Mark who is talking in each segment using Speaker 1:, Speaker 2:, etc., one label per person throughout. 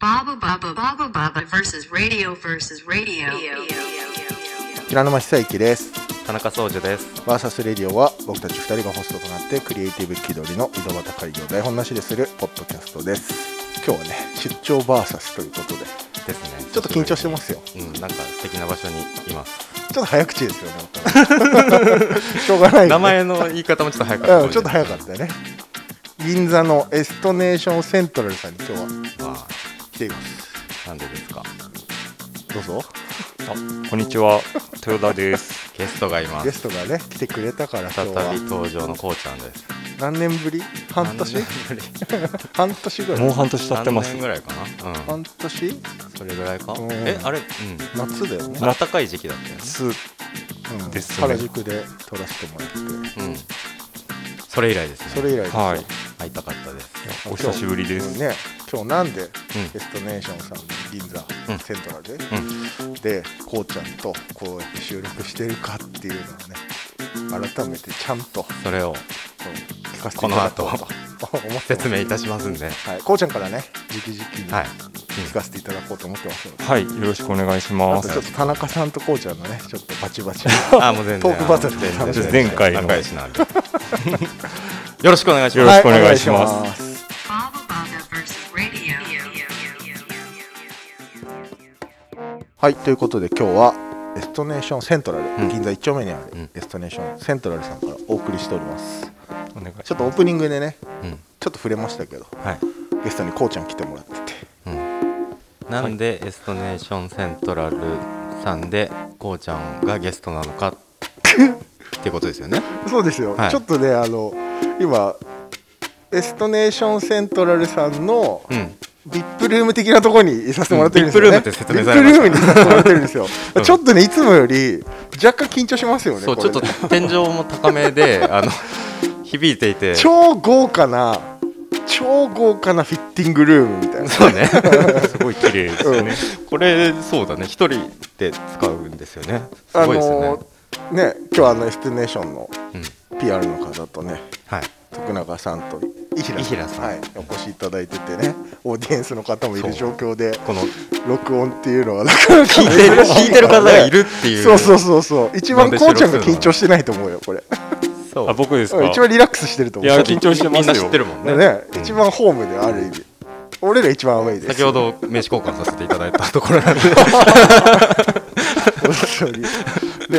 Speaker 1: Baba Baba Baba Baba versus radio versus radio.
Speaker 2: 平沼久之です
Speaker 3: 田中総司です。
Speaker 2: バーサスレディオは僕たち2人がホストとなってクリエイティブ気取りの井戸端会議を台本なしでするポッドキャストです今日はね出張バーサスということでち
Speaker 3: ですね。
Speaker 2: ょっと緊張してますよ
Speaker 3: す。うん、なんか素敵な場所にいます。
Speaker 2: ちょっと早口ですよねお互い しょうがないよね
Speaker 3: 名前の言い方もちょっと早かった、
Speaker 2: うんちょっと早かったよね銀座のエストネーションセントラルさんに今日は
Speaker 3: た。ま
Speaker 2: 来ています
Speaker 3: あ、なんでですか。
Speaker 2: どうぞ
Speaker 3: あ、こんにちは。豊田です。ゲストがいま
Speaker 2: ゲ
Speaker 3: す。
Speaker 2: ストがね来てくれたから今
Speaker 3: 再
Speaker 2: 日
Speaker 3: び
Speaker 2: は
Speaker 3: 登場のこうちゃんです。
Speaker 2: 何年ぶり半年
Speaker 3: 何年ぶり
Speaker 2: 半年ぐらい
Speaker 4: もう半年経ってま
Speaker 3: 何
Speaker 4: す
Speaker 3: 年ぐらいかな。うん。
Speaker 2: 半年
Speaker 3: それぐらいか。
Speaker 2: うん
Speaker 3: え、あれ、うん。
Speaker 2: 夏だよね
Speaker 3: 暖かい時期だったよね。
Speaker 4: す
Speaker 2: うん
Speaker 4: ですね
Speaker 2: 原宿で撮らせてもらって
Speaker 3: うん。それ以来ですね。
Speaker 2: それ以来ですよ
Speaker 4: はい
Speaker 3: 会いたかったです。
Speaker 4: お久しぶりです
Speaker 2: 今日ね今日なんで
Speaker 3: うん
Speaker 2: エストネーションさん銀座
Speaker 3: うん
Speaker 2: セントラルで、
Speaker 3: うん。
Speaker 2: でこうちゃんとこうやって収録してるかっていうのをね改めてちゃんとこ
Speaker 3: それを
Speaker 2: う聞かせていただこうと思ってます
Speaker 3: 説明いたしますんで。
Speaker 2: はい、こうちゃんからね直々
Speaker 3: はい
Speaker 2: に。聞かせていただこうと思ってますので、
Speaker 4: はいよろしくお願いし
Speaker 2: あ
Speaker 4: ま
Speaker 2: と
Speaker 4: す
Speaker 2: ちょっと田中さんとこうちゃんのねちょっとバチバチ
Speaker 3: あもう全然
Speaker 2: トークバトルで
Speaker 3: 全然
Speaker 4: 前回の
Speaker 3: 仲良し なんでよろしくお願いし
Speaker 4: よろ
Speaker 3: ま
Speaker 4: し
Speaker 3: す
Speaker 4: くお願いします
Speaker 2: はいお願いしす
Speaker 1: Baba Baba versus radio.
Speaker 2: はいということで今日はエストネーションセントラル、
Speaker 3: うん
Speaker 2: 銀座1丁目にある
Speaker 3: うん
Speaker 2: エストネーションセントラルさんからお送りしております
Speaker 4: お願いします
Speaker 2: ちょっとオープニングでね
Speaker 3: うん
Speaker 2: ちょっと触れましたけど
Speaker 3: はい
Speaker 2: ゲストにこうちゃん来てもらってて
Speaker 3: うんなんでエストネーションセントラルさんでこうちゃんがゲストなのかってことですよね
Speaker 2: そうですよ、
Speaker 3: はい
Speaker 2: ちょっとねあの今エストネーションセントラルさんの
Speaker 3: うん
Speaker 2: ビップルーム的なところにいさせてもらってるんですよ、ね
Speaker 3: うんビップルームって説明されま
Speaker 2: ビッ
Speaker 3: し
Speaker 2: プルームに
Speaker 3: た
Speaker 2: いさせてもらってるんですよ、
Speaker 3: うん
Speaker 2: ちょっとねいつもより若干緊張しますよね
Speaker 3: そう
Speaker 2: こ
Speaker 3: ち
Speaker 2: れ
Speaker 3: ょっと天井も高め であの響いていてそ
Speaker 2: 超豪華な超豪華なフィッティングルームみたいな
Speaker 3: うね
Speaker 4: すごい綺麗ですよね、
Speaker 3: これそうだね一人で使うんですよねすごいですよね、
Speaker 2: あのね今日あのエステネーションの
Speaker 3: うん
Speaker 2: PR の方とね
Speaker 3: はい
Speaker 2: 徳永さんと伊平
Speaker 3: 伊平さん
Speaker 2: はい、お越しいただいててねオーディエンスの方もいる状況で
Speaker 3: この
Speaker 2: 録音っていうのはなかなか
Speaker 3: 聞いてる
Speaker 2: 珍し
Speaker 3: 聞いてる方がいるっていう
Speaker 2: そうそうそうそう一番
Speaker 3: なんで
Speaker 2: こうちゃんが
Speaker 3: 収録す
Speaker 2: 緊
Speaker 3: るの
Speaker 2: 張してないと思うよこれ
Speaker 3: そう
Speaker 4: あ僕ですか
Speaker 2: 一番リラックスしてると
Speaker 4: い
Speaker 2: 思う
Speaker 4: や緊張してま
Speaker 3: みん
Speaker 4: すよ
Speaker 3: な知ってるもんね
Speaker 2: ね
Speaker 3: うん
Speaker 2: 一番ホームである意味俺ら一番アウェイです
Speaker 3: 先ほど名刺交換させていただいたところなんで
Speaker 2: 本当にねこ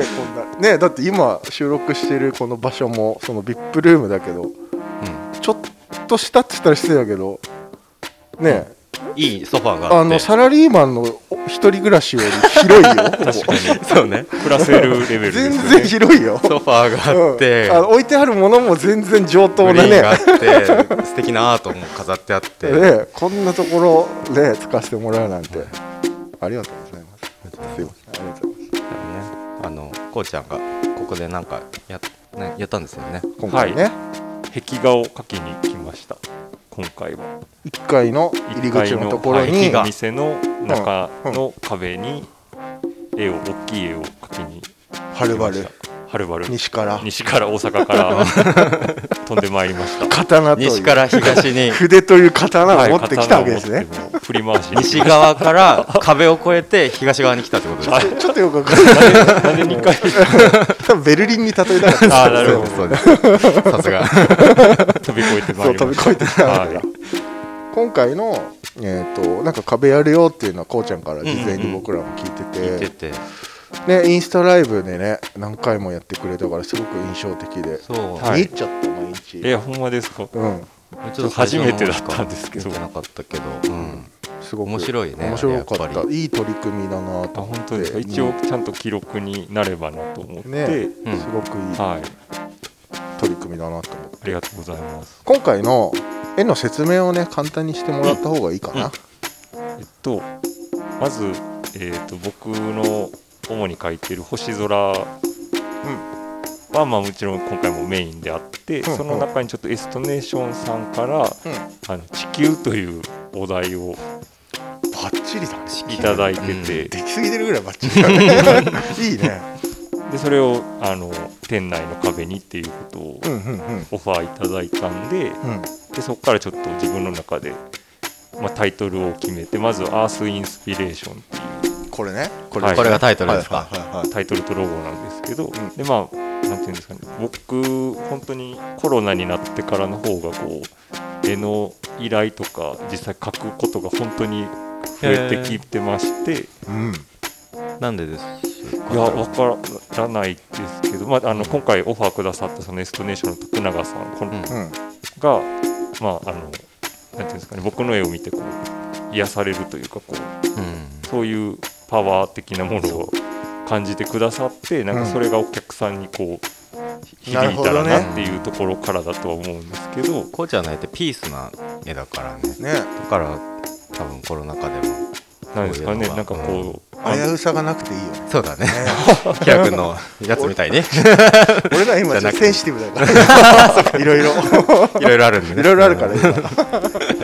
Speaker 2: んなねだって今収録してるこの場所もその VIP ルームだけどちょっとしたって言ったら失礼だけどね
Speaker 3: いいソファーがあ
Speaker 2: あ
Speaker 3: って
Speaker 2: のサラリーマンのお一人暮らしより広いよほぼ
Speaker 3: そうね
Speaker 4: プラス L レベルですよ
Speaker 2: 全
Speaker 4: ね
Speaker 2: 然広いよ
Speaker 3: ソファーがあって、
Speaker 2: うんあの置いてあるものも全然上等
Speaker 3: グリ
Speaker 2: な
Speaker 3: ーンがあ
Speaker 2: ね
Speaker 3: って素敵なアートも飾ってあって、
Speaker 2: ねこんなところで使わせてもらうなんてありがとうございますすいませんありがとうございます
Speaker 3: あのこうちゃんがここでなんかや,、ね、やったんですよね
Speaker 2: 今回ね、
Speaker 4: 壁画を描きに来ました今回は
Speaker 2: 一1階の入り口のところに
Speaker 4: 1階のはい
Speaker 2: うん
Speaker 4: 店の中の壁に絵を大きい絵を描きに
Speaker 2: はるばる
Speaker 4: はるばる
Speaker 2: 西から
Speaker 4: 西から大阪から 飛んでまいりました
Speaker 2: 刀という
Speaker 3: 西から東に
Speaker 2: 筆という刀
Speaker 4: は
Speaker 2: を
Speaker 4: い
Speaker 2: 持ってきたわけですね、
Speaker 4: 刀を持ってもう振り回し に
Speaker 3: 西側から壁を越えて東側に来たってことです
Speaker 2: ちょっとよくわかんない
Speaker 4: なんで2回
Speaker 2: 多分ベルリンに例えたかった
Speaker 4: あーなるほど
Speaker 3: そうですそうですさすが
Speaker 4: 飛び越えてま
Speaker 2: そ
Speaker 4: いうり
Speaker 2: 飛
Speaker 4: ま
Speaker 2: び
Speaker 4: し
Speaker 2: 越
Speaker 4: た
Speaker 2: えてきたわけだ、
Speaker 4: はい
Speaker 2: 今回の、えー、となんか壁やるよっていうのはこうちゃんから事前に僕らも聞いてて,、
Speaker 3: 見てて
Speaker 2: ね、インスタライブでね何回もやってくれたからすごく印象的で
Speaker 3: そう、
Speaker 4: は
Speaker 2: 見入
Speaker 4: い
Speaker 2: っちゃった毎日、
Speaker 4: えほんまですか
Speaker 2: うん
Speaker 3: ちょっと最初の方
Speaker 4: 初めてだったんですけど
Speaker 3: 見てなかったけど、うん、
Speaker 2: すごく
Speaker 3: 面白いね
Speaker 2: 面白かっ
Speaker 3: や
Speaker 2: た
Speaker 3: っぱ
Speaker 2: いい取り組みだなと
Speaker 4: あ
Speaker 2: 思って
Speaker 4: 本当ですか一応ちゃんと記録になればなと思って、
Speaker 2: ね
Speaker 3: うん
Speaker 2: すごくいい
Speaker 4: はい
Speaker 2: 取り組みだなと思って
Speaker 4: ありがとうございます
Speaker 2: 今回の絵の説明をね簡単にしてもらった方がいいかな、
Speaker 4: えっとまず、えっと僕の主に描いてる星空は、まあもちろん今回もメインであって、
Speaker 2: うん
Speaker 4: その中にちょっとエストネーションさんから、あの地球というお題を
Speaker 2: バッチリだね
Speaker 4: いただいてて、
Speaker 2: できすぎてるぐらいバッチリだね いいね
Speaker 4: でそれをあの店内の壁にっていうことを
Speaker 2: うんうんうん
Speaker 4: オファーいただいたんで、
Speaker 2: うん
Speaker 4: でそこからちょっと自分の中でまあ、タイトルを決めてまず「アースインスピレーション」っていう
Speaker 2: これねこ
Speaker 4: はい
Speaker 3: これがタイトルです
Speaker 2: は
Speaker 3: か
Speaker 2: いはいはいはい
Speaker 4: タイトルとロゴなんですけど、
Speaker 2: ん
Speaker 4: でまあなんていうんですかね僕本当にコロナになってからの方がこう絵の依頼とか実際書くことが本当に増えてきてまして。
Speaker 2: うん
Speaker 3: なんでです
Speaker 4: いや、
Speaker 3: か
Speaker 4: わからないですけど、まあ、あの今回オファーくださったそのエストネーションの徳永さんこの
Speaker 3: う
Speaker 2: う
Speaker 3: ん
Speaker 2: ん
Speaker 4: が、まあ、あのなんていうんですかね僕の絵を見てこう癒されるというかこう
Speaker 3: うん
Speaker 4: そういうパワー的なものを感じてくださってなんかそれがお客さんにこう、
Speaker 2: なる
Speaker 4: 響い
Speaker 2: ほ
Speaker 4: た
Speaker 2: ど
Speaker 4: ら
Speaker 2: ね
Speaker 4: なっていうところからだとは思うんですけど
Speaker 3: こうじゃないってピースな絵だからね
Speaker 2: ね
Speaker 3: だから多分コロナ禍でも
Speaker 4: なんです
Speaker 3: そ
Speaker 4: かね
Speaker 3: ういうのが
Speaker 4: なんかこう、あ
Speaker 2: 危うさがなくていいよね
Speaker 3: そう だねキャ君のやつみたいに
Speaker 2: 俺ら今
Speaker 3: じゃなくて
Speaker 2: センシティブだ からいろいろ
Speaker 3: いろいろあるんでね
Speaker 2: いろいろあるから
Speaker 3: うん
Speaker 2: 今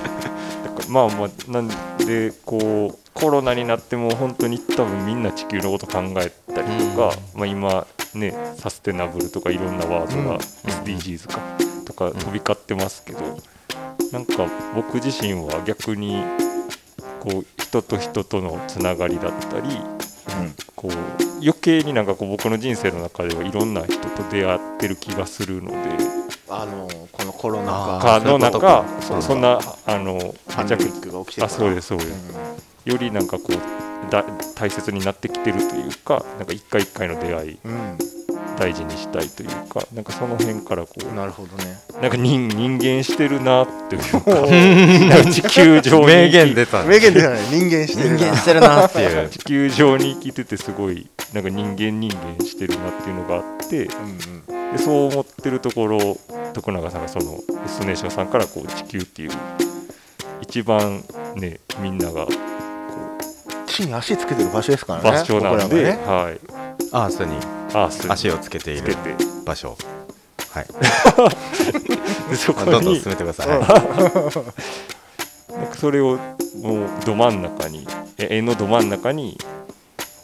Speaker 4: まあまあなんでこうコロナになっても本当に多分みんな地球のこと考えたりとか、まあ、今ねサステナブルとかいろんなワード
Speaker 2: うん
Speaker 4: が SDGs かとか飛び交ってますけど、なんか僕自身は逆にこう人と人とのつながりだったりこう余計になんかこう僕の人生の中ではいろんな人と出会ってる気がするので。
Speaker 2: あのこのコロナ
Speaker 3: 禍
Speaker 4: か
Speaker 3: あ
Speaker 4: の
Speaker 3: そういうこと
Speaker 4: 中
Speaker 3: か
Speaker 4: そそんなあのめ
Speaker 2: パン
Speaker 4: ち
Speaker 2: デ
Speaker 4: ゃく
Speaker 2: ミックが起きてる
Speaker 4: あそうですそうです、よりなんかこうだ大切になってきてるというかなんか一回一回の出会い
Speaker 2: うん
Speaker 4: 大事にしたいというかなんかその辺からこう
Speaker 2: なるほどね
Speaker 4: なんか人人間してるなっていうかなんか地球上に
Speaker 3: 名言出た
Speaker 2: 名言ではない人間して
Speaker 3: 人
Speaker 2: るな
Speaker 3: 間してるなっていう
Speaker 4: 地球上に生きててすごいなんか人間人間してるなっていうのがあって
Speaker 2: うん
Speaker 4: でそう思ってるところ徳永さんがそのエストネーションさんからこう地球っていう一番ねみんながこう
Speaker 2: うん地に足つけてる場所ですからね
Speaker 4: 場所なんで、
Speaker 2: 僕らがね
Speaker 4: はい、
Speaker 3: アースに
Speaker 4: アース
Speaker 3: 足をつけてい
Speaker 4: つけ
Speaker 3: る
Speaker 4: て
Speaker 3: 場所はい
Speaker 4: でそ
Speaker 3: あ
Speaker 4: こ
Speaker 3: どんどん
Speaker 4: に
Speaker 3: 進めてくださいは
Speaker 4: なんかそれをもうど真ん中にえ絵のど真ん中に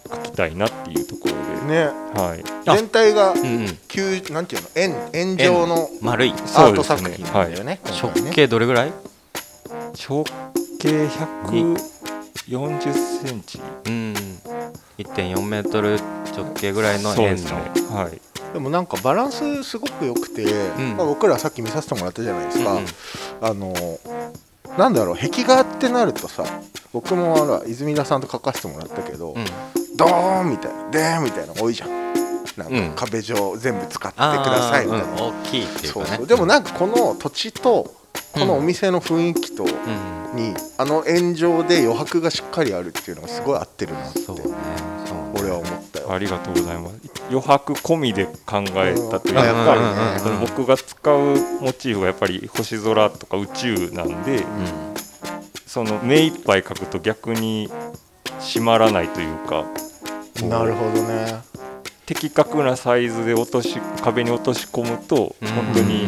Speaker 4: 描きたいなっていうところで、
Speaker 2: ね
Speaker 4: はい、
Speaker 3: あ
Speaker 2: 全体が
Speaker 3: いうんうん
Speaker 2: 球なんていうの円円状の
Speaker 3: 丸い
Speaker 2: アー
Speaker 4: そう
Speaker 2: ト
Speaker 4: です
Speaker 2: 作
Speaker 4: ね
Speaker 2: 品なんだよね今
Speaker 3: 直
Speaker 2: 回ね
Speaker 3: 径どれぐらい
Speaker 4: 直径140センチ
Speaker 3: うん1.4メートル直径ぐらいの
Speaker 4: そうで
Speaker 3: 円
Speaker 4: すね
Speaker 3: の、
Speaker 4: はい、
Speaker 2: でもなんかバランスすごく良くて、
Speaker 3: ん
Speaker 2: まあ、僕らさっき見させてもらったじゃないですか、
Speaker 3: うんうん
Speaker 2: あのなんだろう壁画ってなるとさ僕もほら泉田さんと書かせてもらったけど、
Speaker 3: うん
Speaker 2: ドーンみたいなでーんみたいなの多いじゃんな
Speaker 3: うん
Speaker 2: んか壁上全部使ってく
Speaker 3: あー
Speaker 2: ださいみたいな、
Speaker 3: うん大きいっていうか
Speaker 2: そう
Speaker 3: ね
Speaker 2: そうでもなんかこの土地とこのお店の雰囲気と
Speaker 3: うん
Speaker 2: にあの炎上で余白がしっかりあるっていうのがすごい合ってるなって
Speaker 3: そうねそうね
Speaker 2: 俺は思ったよ
Speaker 4: ありがとうございます余白込みで考えたというか、
Speaker 2: うん
Speaker 4: やっぱりね
Speaker 3: うんうんうんうん
Speaker 4: その僕が使うモチーフがやっぱり星空とか宇宙なんで、
Speaker 3: うん
Speaker 4: その目いっぱい描くと逆に締まらないというかこう
Speaker 2: なるほどね
Speaker 4: 的確なサイズで落とし壁に落とし込むと本当に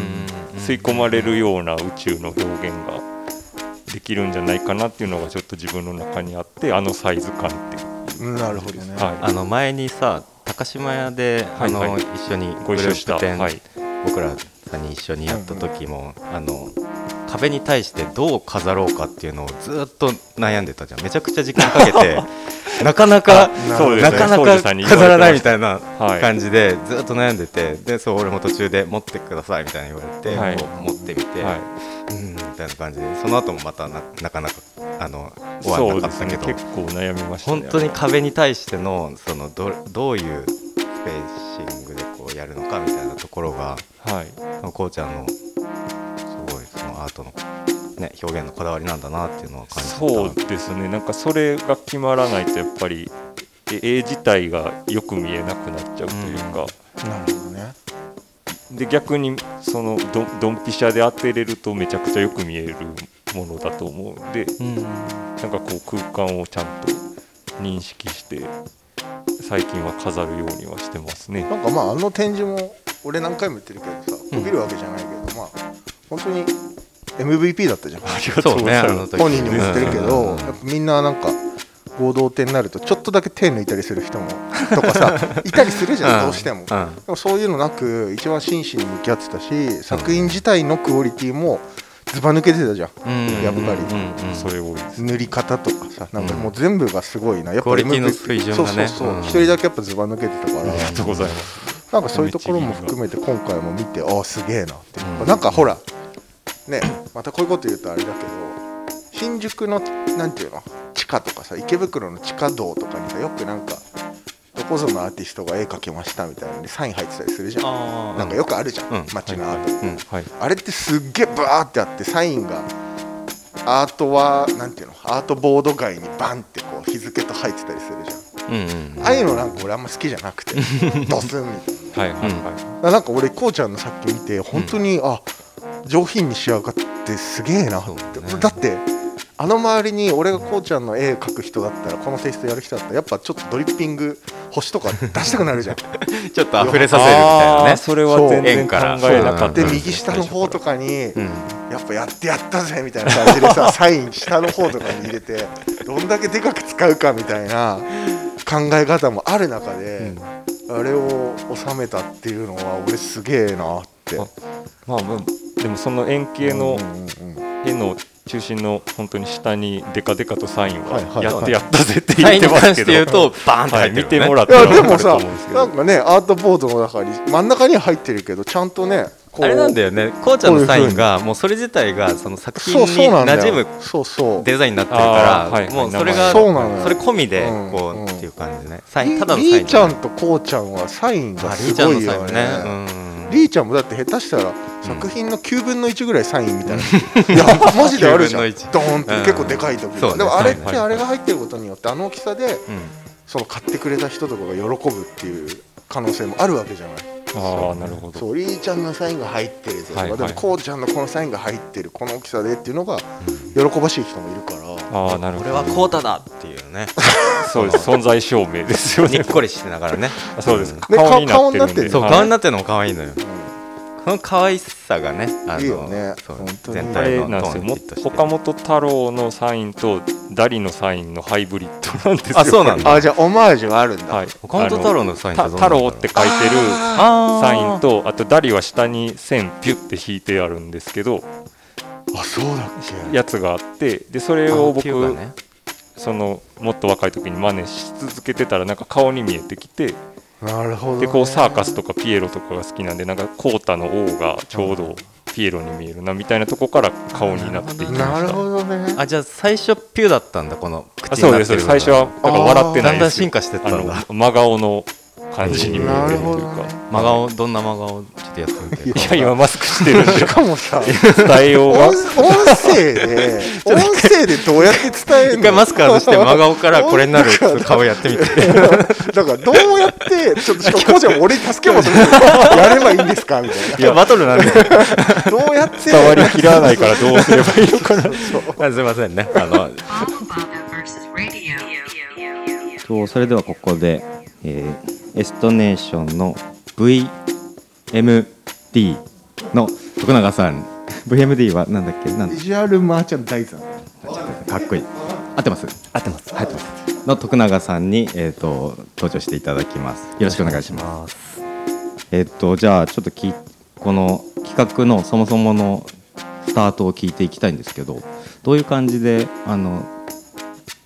Speaker 4: 吸い込まれるような宇宙の表現ができるんじゃないかなっていうのがちょっと自分の中にあってあのサイズ感っていう。
Speaker 2: なるほどね、
Speaker 4: は
Speaker 3: あの前にさ高島屋で、
Speaker 4: はい
Speaker 3: あの
Speaker 4: はい
Speaker 3: 一緒に
Speaker 4: い、
Speaker 3: グ
Speaker 4: ご
Speaker 3: ル
Speaker 4: 一緒し
Speaker 3: ー
Speaker 4: た、
Speaker 3: プ展、
Speaker 4: はい、
Speaker 3: 僕らさんに一緒にやった時も、あの壁に対してどう飾ろうかっていうのをずっと悩んでたじゃんめちゃくちゃ時間かけ てなかなか
Speaker 2: な
Speaker 4: そうです
Speaker 3: な
Speaker 4: ね
Speaker 3: かな
Speaker 4: 庄司
Speaker 3: か
Speaker 4: さんに言わ
Speaker 3: 飾
Speaker 4: れて
Speaker 3: らない
Speaker 4: ま
Speaker 3: み
Speaker 4: した
Speaker 3: いな
Speaker 4: はい
Speaker 3: 感じでずっと悩んでてでそう俺も途中で持ってくださいみたいに言われて、
Speaker 4: はい
Speaker 3: こう持ってみて、
Speaker 4: はい
Speaker 3: うんみたいな感じでその後もまたななかなかあの終わ
Speaker 4: そ
Speaker 3: らな
Speaker 4: うで
Speaker 3: かっ
Speaker 4: す
Speaker 3: たけ
Speaker 4: ね
Speaker 3: ど、
Speaker 4: 結構悩みましたね
Speaker 3: 本当に壁に対してのそのどどういうスペーシングでこうやるのかみたいなところが
Speaker 4: はい
Speaker 3: こうちゃんのすごいそのアートの、ね、表現のこだわりなんだなっていうのは感じた
Speaker 4: そうですねなんかそれが決まらないとやっぱりえ絵自体がよく見えなくなっちゃうというか、
Speaker 2: なるほどね
Speaker 4: で逆にそのドドンピシャで当てれるとめちゃくちゃよく見えるものだと思うんで
Speaker 3: うん
Speaker 4: なんかこう空間をちゃんと認識して最近は飾るようにはしてますね。
Speaker 2: なんかまああの展示も俺何回も言ってるけどさ
Speaker 3: うん
Speaker 2: こびるわけじゃないけど、まあ本当に MVP だったじゃん
Speaker 4: ありがとう
Speaker 3: そう
Speaker 4: ご
Speaker 3: ね
Speaker 4: ざい
Speaker 3: あ
Speaker 4: ま
Speaker 3: の
Speaker 4: す。
Speaker 3: 時
Speaker 2: 本人にも言ってるけど、
Speaker 3: うん
Speaker 2: やっぱみんななんか合同点になるとちょっとだけ手抜いたりする人もとか さいたりするじゃん、どうしても、
Speaker 3: ん
Speaker 2: でもそういうのなく一番真摯に向き合ってたし作品自体のクオリティもずば抜けてたじゃん
Speaker 5: うん
Speaker 2: やっぱ
Speaker 5: う
Speaker 2: り
Speaker 5: んうん
Speaker 4: それ多いです
Speaker 2: 塗り方とかさなんかもう全部がすごいな、やっぱ
Speaker 5: クオリティの水準がね
Speaker 2: そうそうそう
Speaker 5: うん
Speaker 2: 一人だけやっぱずば抜けてたから、
Speaker 4: ありがとうございます
Speaker 2: なんかそういうところも含めて今回も見てああすげえなって、
Speaker 5: うん
Speaker 2: なんかほらねまたこういうこと言うとあれだけど新宿のなんていうの地下とかさ池袋の地下道とかにさよくなんかどこぞのアーティストが絵描きましたみたいなのでサイン入ってたりするじゃん
Speaker 5: あー
Speaker 2: なんかよくあるじゃん、
Speaker 5: うん
Speaker 2: 街のアート、
Speaker 5: うん
Speaker 4: はい
Speaker 2: あれってすっげえバーってあってサインがアートはなんていうのアートボード外にバンってこう日付と入ってたりするじゃん、
Speaker 5: うんうん
Speaker 2: ああいうのなんか俺あんま好きじゃなく てドスンみたいな
Speaker 4: はいはいは
Speaker 2: あなんか俺こうちゃんの作品見て本当に、あ上品に仕上がってすげえなって、
Speaker 5: そうだね
Speaker 2: だってあの周りに俺がこうちゃんの絵描く人だったらこのテイストやる人だったらやっぱちょっとドリッピング星とか出したくなるじゃん
Speaker 5: ちょっと溢れさせるみたいな
Speaker 4: あ
Speaker 5: ね
Speaker 4: ーそれは全然考えなかった
Speaker 2: で
Speaker 4: ですね
Speaker 2: 右下の方とかに、
Speaker 5: うん
Speaker 2: やっぱやってやったぜみたいな感じでさサイン下の方とかに入れてどんだけでかく使うかみたいな考え方もある中で、あれを収めたっていうのは俺すげえなって。
Speaker 4: あまあまあでもその円形の
Speaker 2: うんうんうん
Speaker 4: 絵の中心の本当に下にデカデカとサイン
Speaker 2: は
Speaker 4: はい
Speaker 2: はい
Speaker 4: やってやったぜって
Speaker 5: サ
Speaker 4: 言
Speaker 5: イ
Speaker 4: っ
Speaker 5: ンに
Speaker 4: てます
Speaker 5: 関し
Speaker 4: け
Speaker 5: て言う
Speaker 4: ど
Speaker 5: とバーンって
Speaker 4: は
Speaker 5: 入っ
Speaker 4: い
Speaker 5: て
Speaker 4: 見
Speaker 5: る
Speaker 4: て
Speaker 5: よね
Speaker 4: もらっ
Speaker 2: い
Speaker 4: たら
Speaker 2: やで
Speaker 4: 分か
Speaker 2: も
Speaker 4: ると
Speaker 2: さ
Speaker 4: 思うんですけ
Speaker 2: なん
Speaker 4: ど
Speaker 2: かねアートボードの中に真ん中には入ってるけどちゃんとねこう
Speaker 5: あれなんだよねこうちゃんのサインがもうそれ自体がその作品
Speaker 2: そ
Speaker 5: に
Speaker 2: うそうなんだ
Speaker 5: 馴
Speaker 2: よ
Speaker 5: 染む
Speaker 2: そうそう
Speaker 5: デザインになってる
Speaker 4: あ
Speaker 5: か
Speaker 4: ーはい
Speaker 5: らもうそれ
Speaker 4: 名
Speaker 5: がそ
Speaker 4: 前
Speaker 2: そう
Speaker 5: れ
Speaker 2: なのよ
Speaker 5: 込みで
Speaker 2: うん
Speaker 5: こ
Speaker 2: うん
Speaker 5: うっていう感じねサイ
Speaker 2: リ
Speaker 5: ンただのサイン
Speaker 2: リーちゃんとこうちゃんはサインが
Speaker 5: あリ
Speaker 2: す
Speaker 5: ーちゃん
Speaker 2: ご
Speaker 5: の
Speaker 2: い
Speaker 5: サイン
Speaker 2: よ
Speaker 5: も
Speaker 2: ね
Speaker 5: ねうん
Speaker 2: リーちゃんもだって下手したら作品の9分の1ぐらいサインみたいな、いやマジであるじゃん
Speaker 5: 9
Speaker 2: ド
Speaker 5: 分の1
Speaker 2: ーンって結構でかい時、
Speaker 5: うんそうね
Speaker 2: でもあれっ
Speaker 5: は
Speaker 2: て
Speaker 5: い
Speaker 2: あれが入ってることによってあの大きさで
Speaker 5: うん
Speaker 2: その買ってくれた人とかが喜ぶっていう可能性もあるわけじゃない
Speaker 4: ああなるほど
Speaker 2: そうリーちゃんのサインが入ってるぞ、
Speaker 4: はいはい
Speaker 2: でもこうちゃんのこのサインが入ってるこの大きさでっていうのが喜ばしい人もいるから、
Speaker 4: ああなるほ
Speaker 5: 俺
Speaker 4: ど
Speaker 5: はこうただっていうね
Speaker 4: そうです存在証明ですよ
Speaker 5: に
Speaker 4: ね
Speaker 5: っこりしながら ね
Speaker 4: あそうです
Speaker 2: で
Speaker 4: 顔になってるん
Speaker 2: 顔になってる
Speaker 4: で
Speaker 5: そう
Speaker 4: はい
Speaker 5: 顔になってるのも可愛いのよこの可愛さがねあの
Speaker 2: いいよね
Speaker 5: そう
Speaker 2: 本当に
Speaker 5: 全
Speaker 4: あ
Speaker 5: 体
Speaker 4: れ
Speaker 5: の
Speaker 4: なん
Speaker 5: ト
Speaker 4: で
Speaker 5: ー
Speaker 4: すよ
Speaker 5: ンに
Speaker 4: も
Speaker 5: フィットして
Speaker 4: 岡本太郎のサインとダリのサインのハイブリッドなんですよ
Speaker 5: あそうなんだ
Speaker 2: あじゃあオマージュがあるんだ、
Speaker 4: はい
Speaker 5: 岡本太郎のサイン
Speaker 4: た太郎って書いてる
Speaker 5: あー
Speaker 4: サインとあとダリは下に線ピュって引いてあるんですけど
Speaker 2: あそうだっけ
Speaker 4: やつがあってでそれ
Speaker 5: あ
Speaker 4: を
Speaker 5: の
Speaker 4: 僕
Speaker 5: キューがね
Speaker 4: そのもっと若い時に真似し続けてたらなんか顔に見えてきて
Speaker 2: なるほど、ね、
Speaker 4: でこうサーカスとかピエロとかが好きなんでなんかコータの王がちょうどピエロに見えるなみたいなとこから顔になっていきました
Speaker 2: なるほどね
Speaker 5: あじゃあ最初ピューだったんだこの
Speaker 4: あ
Speaker 5: 口に
Speaker 4: そう
Speaker 5: な
Speaker 4: で
Speaker 5: っ
Speaker 4: すそ
Speaker 5: て
Speaker 4: うで
Speaker 5: る
Speaker 4: す
Speaker 5: 部分
Speaker 4: 最初はなんか笑ってない
Speaker 5: だんだん進化してったんだ
Speaker 4: あの真顔の感じに見え
Speaker 2: な
Speaker 4: て
Speaker 2: る
Speaker 4: る
Speaker 2: ほ
Speaker 4: という
Speaker 2: どね
Speaker 4: か
Speaker 5: 真顔どんな真顔ちょっとやってみてい
Speaker 2: い
Speaker 4: いや今マスクしてるんで
Speaker 2: しかもさ
Speaker 4: 伝えよう
Speaker 2: 音
Speaker 4: が
Speaker 2: 音声 で音声でどうやって伝えるの
Speaker 5: 一回マスク外して真顔からこれになる顔やってみて
Speaker 2: だからどうやってちょっとしかもこうちゃん俺に助けもするやればいいんですかみたい
Speaker 5: いやバトルなんで
Speaker 2: などうやって
Speaker 4: 伝わりきらないからどうすればいいのかな
Speaker 5: あすいませんねあの
Speaker 1: Baba Baba versus radio.
Speaker 3: とそれではここで、えーエストネーションの VMD の徳永さん VMD はなんだっけなん
Speaker 2: ビジュアルマーチャンダイザー
Speaker 3: かっこいい合ってます合ってます合ってますの徳永さんに、えー、と登場していただきますよろしくお願いしますえっ、とじゃあちょっときこの企画のそもそものスタートを聞いていきたいんですけどどういう感じであの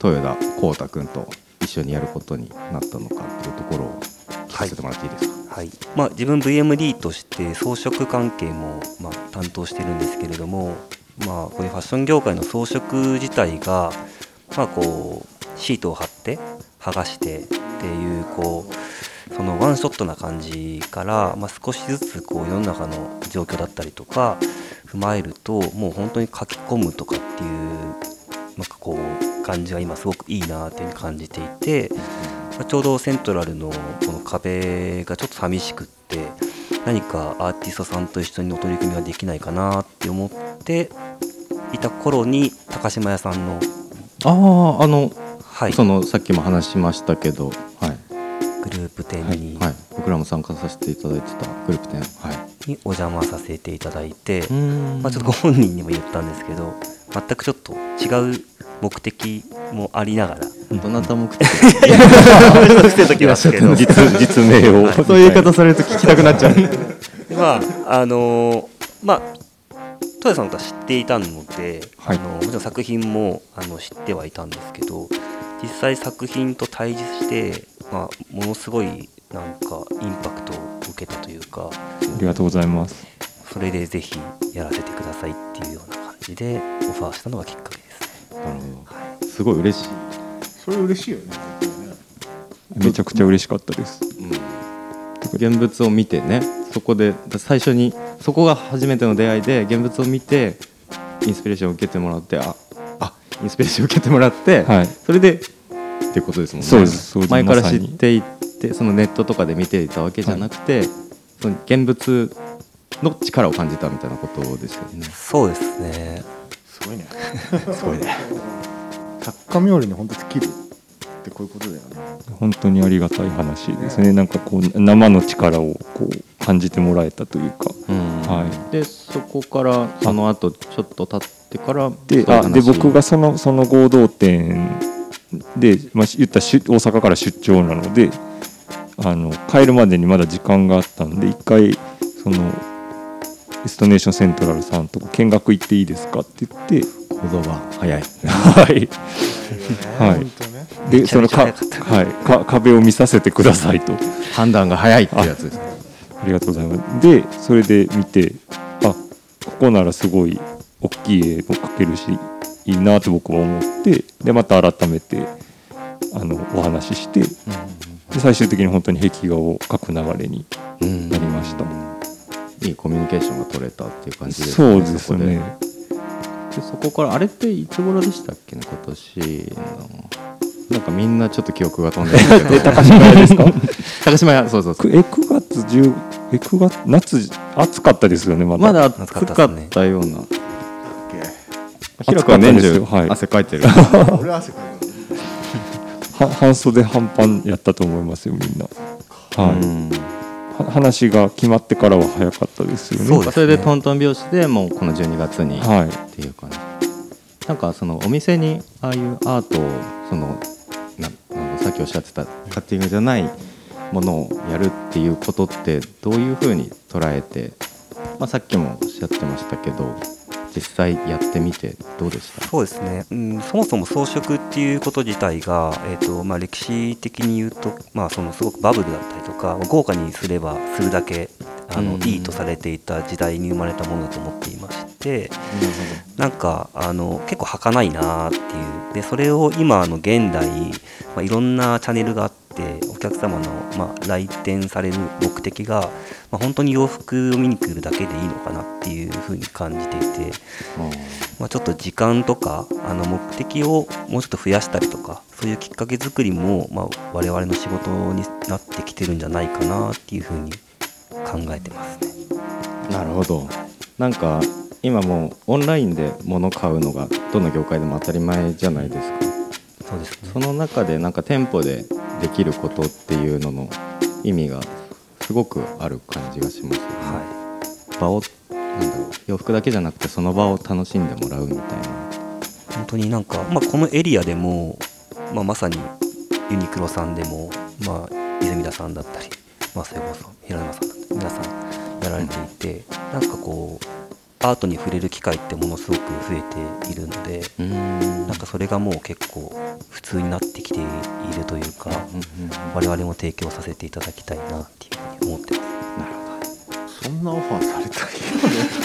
Speaker 3: 豊田浩太君と一緒にやることになったのかっていうところを聞かせてもらっていいですか、
Speaker 6: はいまあ、自分 VMD として装飾関係も、まあ、担当してるんですけれども、まあ、こういうファッション業界の装飾自体が、まあ、こうシートを貼って剥がしてっていうこうそのワンショットな感じから、まあ、少しずつこう世の中の状況だったりとか踏まえるともう本当に書き込むとかっていうなんかこう感じが今すごくいいなっていうふうに感じていて。まあちょうどセントラルのこの壁がちょっと寂しくって何かアーティストさんと一緒にお取り組みができないかなって思っていた頃に高島屋さんの、
Speaker 3: あああの、
Speaker 6: はい、
Speaker 3: そのさっきも話しましたけどはい
Speaker 6: グループ展
Speaker 3: はい
Speaker 6: に,、
Speaker 3: はい、僕らも参加させていただいてたグループ展はい
Speaker 6: にお邪魔させていただいて、
Speaker 3: ま
Speaker 6: まあ、ちょっとご本人にも言ったんですけど全くちょっと違う目的もありながら
Speaker 3: どなたも来て
Speaker 6: してる時はですけ ど
Speaker 3: 実実名を、そういう言い方されると聞きたくなっちゃう。
Speaker 6: でまああのーまあ戸田さんとは知っていたので、
Speaker 3: はい
Speaker 6: あのもちろん作品もあの知ってはいたんですけど実際作品と対峙して、まあ、ものすごいなんかインパクトを受けたというか
Speaker 4: りがとうございます
Speaker 6: それでぜひやらせてくださいっていうような感じでオファーしたのがきっかけですね。
Speaker 3: なるほど すごい嬉しい
Speaker 7: それ嬉しいよね絶対ね
Speaker 4: めちゃくちゃ嬉しかったです
Speaker 3: 現物を見てねそこで最初にそこが初めての出会いで現物を見てインスピレーションを受けてもらってああインスピレーションを受けてもらって、
Speaker 4: はい
Speaker 3: それでってことですもんね
Speaker 4: そうですそうです
Speaker 3: 前から
Speaker 4: ま
Speaker 3: 知
Speaker 4: さ
Speaker 3: っ
Speaker 4: に
Speaker 3: ていてそのネットとかで見ていたわけじゃなくて、その現物の力を感じたみたいなことですよね
Speaker 6: そうですね
Speaker 7: すごいねすごいね作家冥利に本当尽きるってこういうことだよね
Speaker 4: 本当にありがたい話ですねなんかこう生の力をこう感じてもらえたというか、
Speaker 5: うん
Speaker 4: はい
Speaker 3: でそこからその後ちょっと経ってからそう
Speaker 4: で
Speaker 3: いう
Speaker 4: あ
Speaker 3: 話
Speaker 4: で僕がそのその合同店で、まあ、言ったら出大阪から出張なのであの帰るまでにまだ時間があったんで一回そのエストネーションセントラルさんとこ見学行っていいですかって言って
Speaker 3: 行動は早い
Speaker 4: はい はい
Speaker 2: 本当ね
Speaker 4: でそのか、
Speaker 6: めちゃめちゃ
Speaker 4: はい、か壁を見させてくださいと
Speaker 3: 判断が早いっていうやつですね
Speaker 4: ありがとうございますでそれで見てあここならすごい大きい絵も描けるしいいなと僕は思ってでまた改めてあのお話しして、で最終的に本当に壁画を描く流れになりました、
Speaker 3: いいコミュニケーションが取れたっていう感じですね
Speaker 4: そうですね
Speaker 3: そこででそこからあれっていつ頃でしたっけね今年のなんかみんなちょっと記憶が飛んでるけど高島屋ですか 高島屋そうそうそ
Speaker 4: く
Speaker 3: う
Speaker 4: え9月10え9月夏暑かったですよねまだ
Speaker 3: まだ暑
Speaker 6: 懐かし
Speaker 3: か
Speaker 6: かったですね
Speaker 3: ったような
Speaker 4: 暑
Speaker 3: 平
Speaker 4: か
Speaker 3: 川
Speaker 4: った
Speaker 3: 年
Speaker 4: です
Speaker 3: 中
Speaker 4: よはい
Speaker 3: 汗かいてる
Speaker 7: 俺は汗かいた
Speaker 4: は半袖半パンやったと思いますよみんなはい、は話が決まってからは早かったですよね
Speaker 6: そうですね
Speaker 3: それでトントン拍子でもうこの12月にっ
Speaker 4: はい
Speaker 3: ていう感じなんかそのお店にああいうアートをそのななんかさっきおっしゃってたカッティングじゃないものをやるっていうことってどういうふうに捉えて、まあ、さっきもおっしゃってましたけど実際やってみてどうでした
Speaker 6: そうですね、うん、そもそも装飾っていうこと自体が、えーとまあ、歴史的に言うと、まあ、そのすごくバブルだったりとか豪華にすればするだけあの、
Speaker 5: うん
Speaker 6: いいとされていた時代に生まれたものだと思っていましてなんかあの結構儚いなーっていうでそれを今あの現代、まあ、いろんなチャンネルがあってお客様の、まあ、来店される目的が、まあ、本当に洋服を見に来るだけでいいのかなっていうふうに感じていて。まあ、ちょっと時間とかあの目的をもうちょっと増やしたりとかそういうきっかけ作りも、まあ、我々の仕事になってきてるんじゃないかなっていうふうに考えてますね。
Speaker 3: なるほどなんか今もうオンラインで物買うのがどの業界でも当たり前じゃないですか
Speaker 6: そうですね
Speaker 3: その中でなんか店舗でできることっていうのの意味がすごくある感じがしますよね、
Speaker 6: は、
Speaker 3: 場をなんだろう洋服だけじゃなくてその場を楽しんでもらうみたいない
Speaker 6: 本当になんか、まあ、このエリアでも、まあ、まさにユニクロさんでも、まあ、泉田さんだったり、まあ、それこそ平山さんだったり皆さんやられていて、なんかこうアートに触れる機会ってものすごく増えているので。なんかそれがもう結構普通になってきているというか、我々も提供させていただきたいなっていうふうに思ってます。
Speaker 7: そんなオファーされたい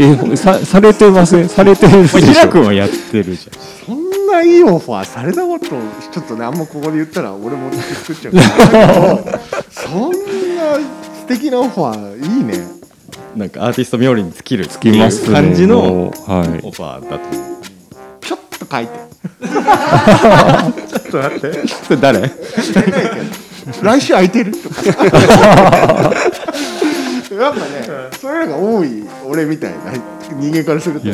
Speaker 4: えさされてませんされてるでしょ
Speaker 3: 君はやってるじゃん
Speaker 7: そんないいオファーされたことちょっとねあんまここで言ったら俺も作っちゃう からだけどそんな素敵なオファーいいね
Speaker 3: なんかアーティスト冥利に尽きるって
Speaker 4: き
Speaker 3: い
Speaker 4: ます
Speaker 3: う
Speaker 4: ね
Speaker 3: 感じの
Speaker 4: も
Speaker 3: オ
Speaker 4: う
Speaker 3: フ
Speaker 4: は
Speaker 3: ァーだ
Speaker 4: い
Speaker 3: と思う
Speaker 7: ちょっと書いて
Speaker 3: それ誰
Speaker 7: 来週空いてるとかやっぱねそういうのが多い俺みたいな人間からすると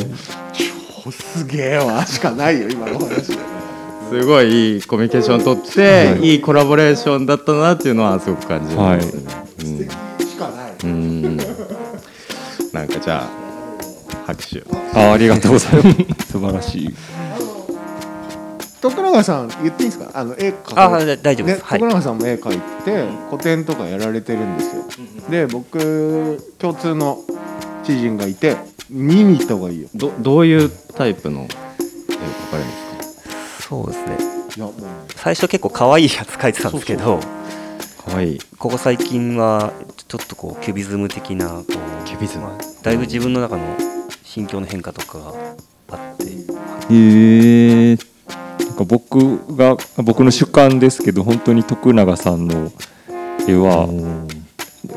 Speaker 7: 超すげえわしかないよ今の話
Speaker 3: すごいいいコミュニケーションを取って、い、いコラボレーションだったなっていうのはすごく感じますね、
Speaker 7: しかない
Speaker 3: うんうんなんかじゃあ拍手
Speaker 4: あありがとうござい ます素晴らしい
Speaker 7: 徳永さん言っていいですかあの絵描
Speaker 6: あ
Speaker 7: かれ
Speaker 6: あ大丈夫で
Speaker 7: ね、
Speaker 6: す。はい
Speaker 7: 徳。永さんも絵描いて、個展とかやられてるんですよ、で僕共通の知人がいて見に行った方がいいよ
Speaker 3: どどういうタイプの絵を描かれるんですか
Speaker 6: そうですね
Speaker 7: いやもう
Speaker 6: 最初結構可愛いやつ描いてたんですけど
Speaker 3: 可愛い
Speaker 6: ここ最近はちょっとこうキュビズム的なこう
Speaker 3: キュビズム
Speaker 6: まあだいぶ自分の中の心境の変化とかがあって
Speaker 3: へえー、
Speaker 4: なんか僕が僕の主観ですけど本当に徳永さんの絵は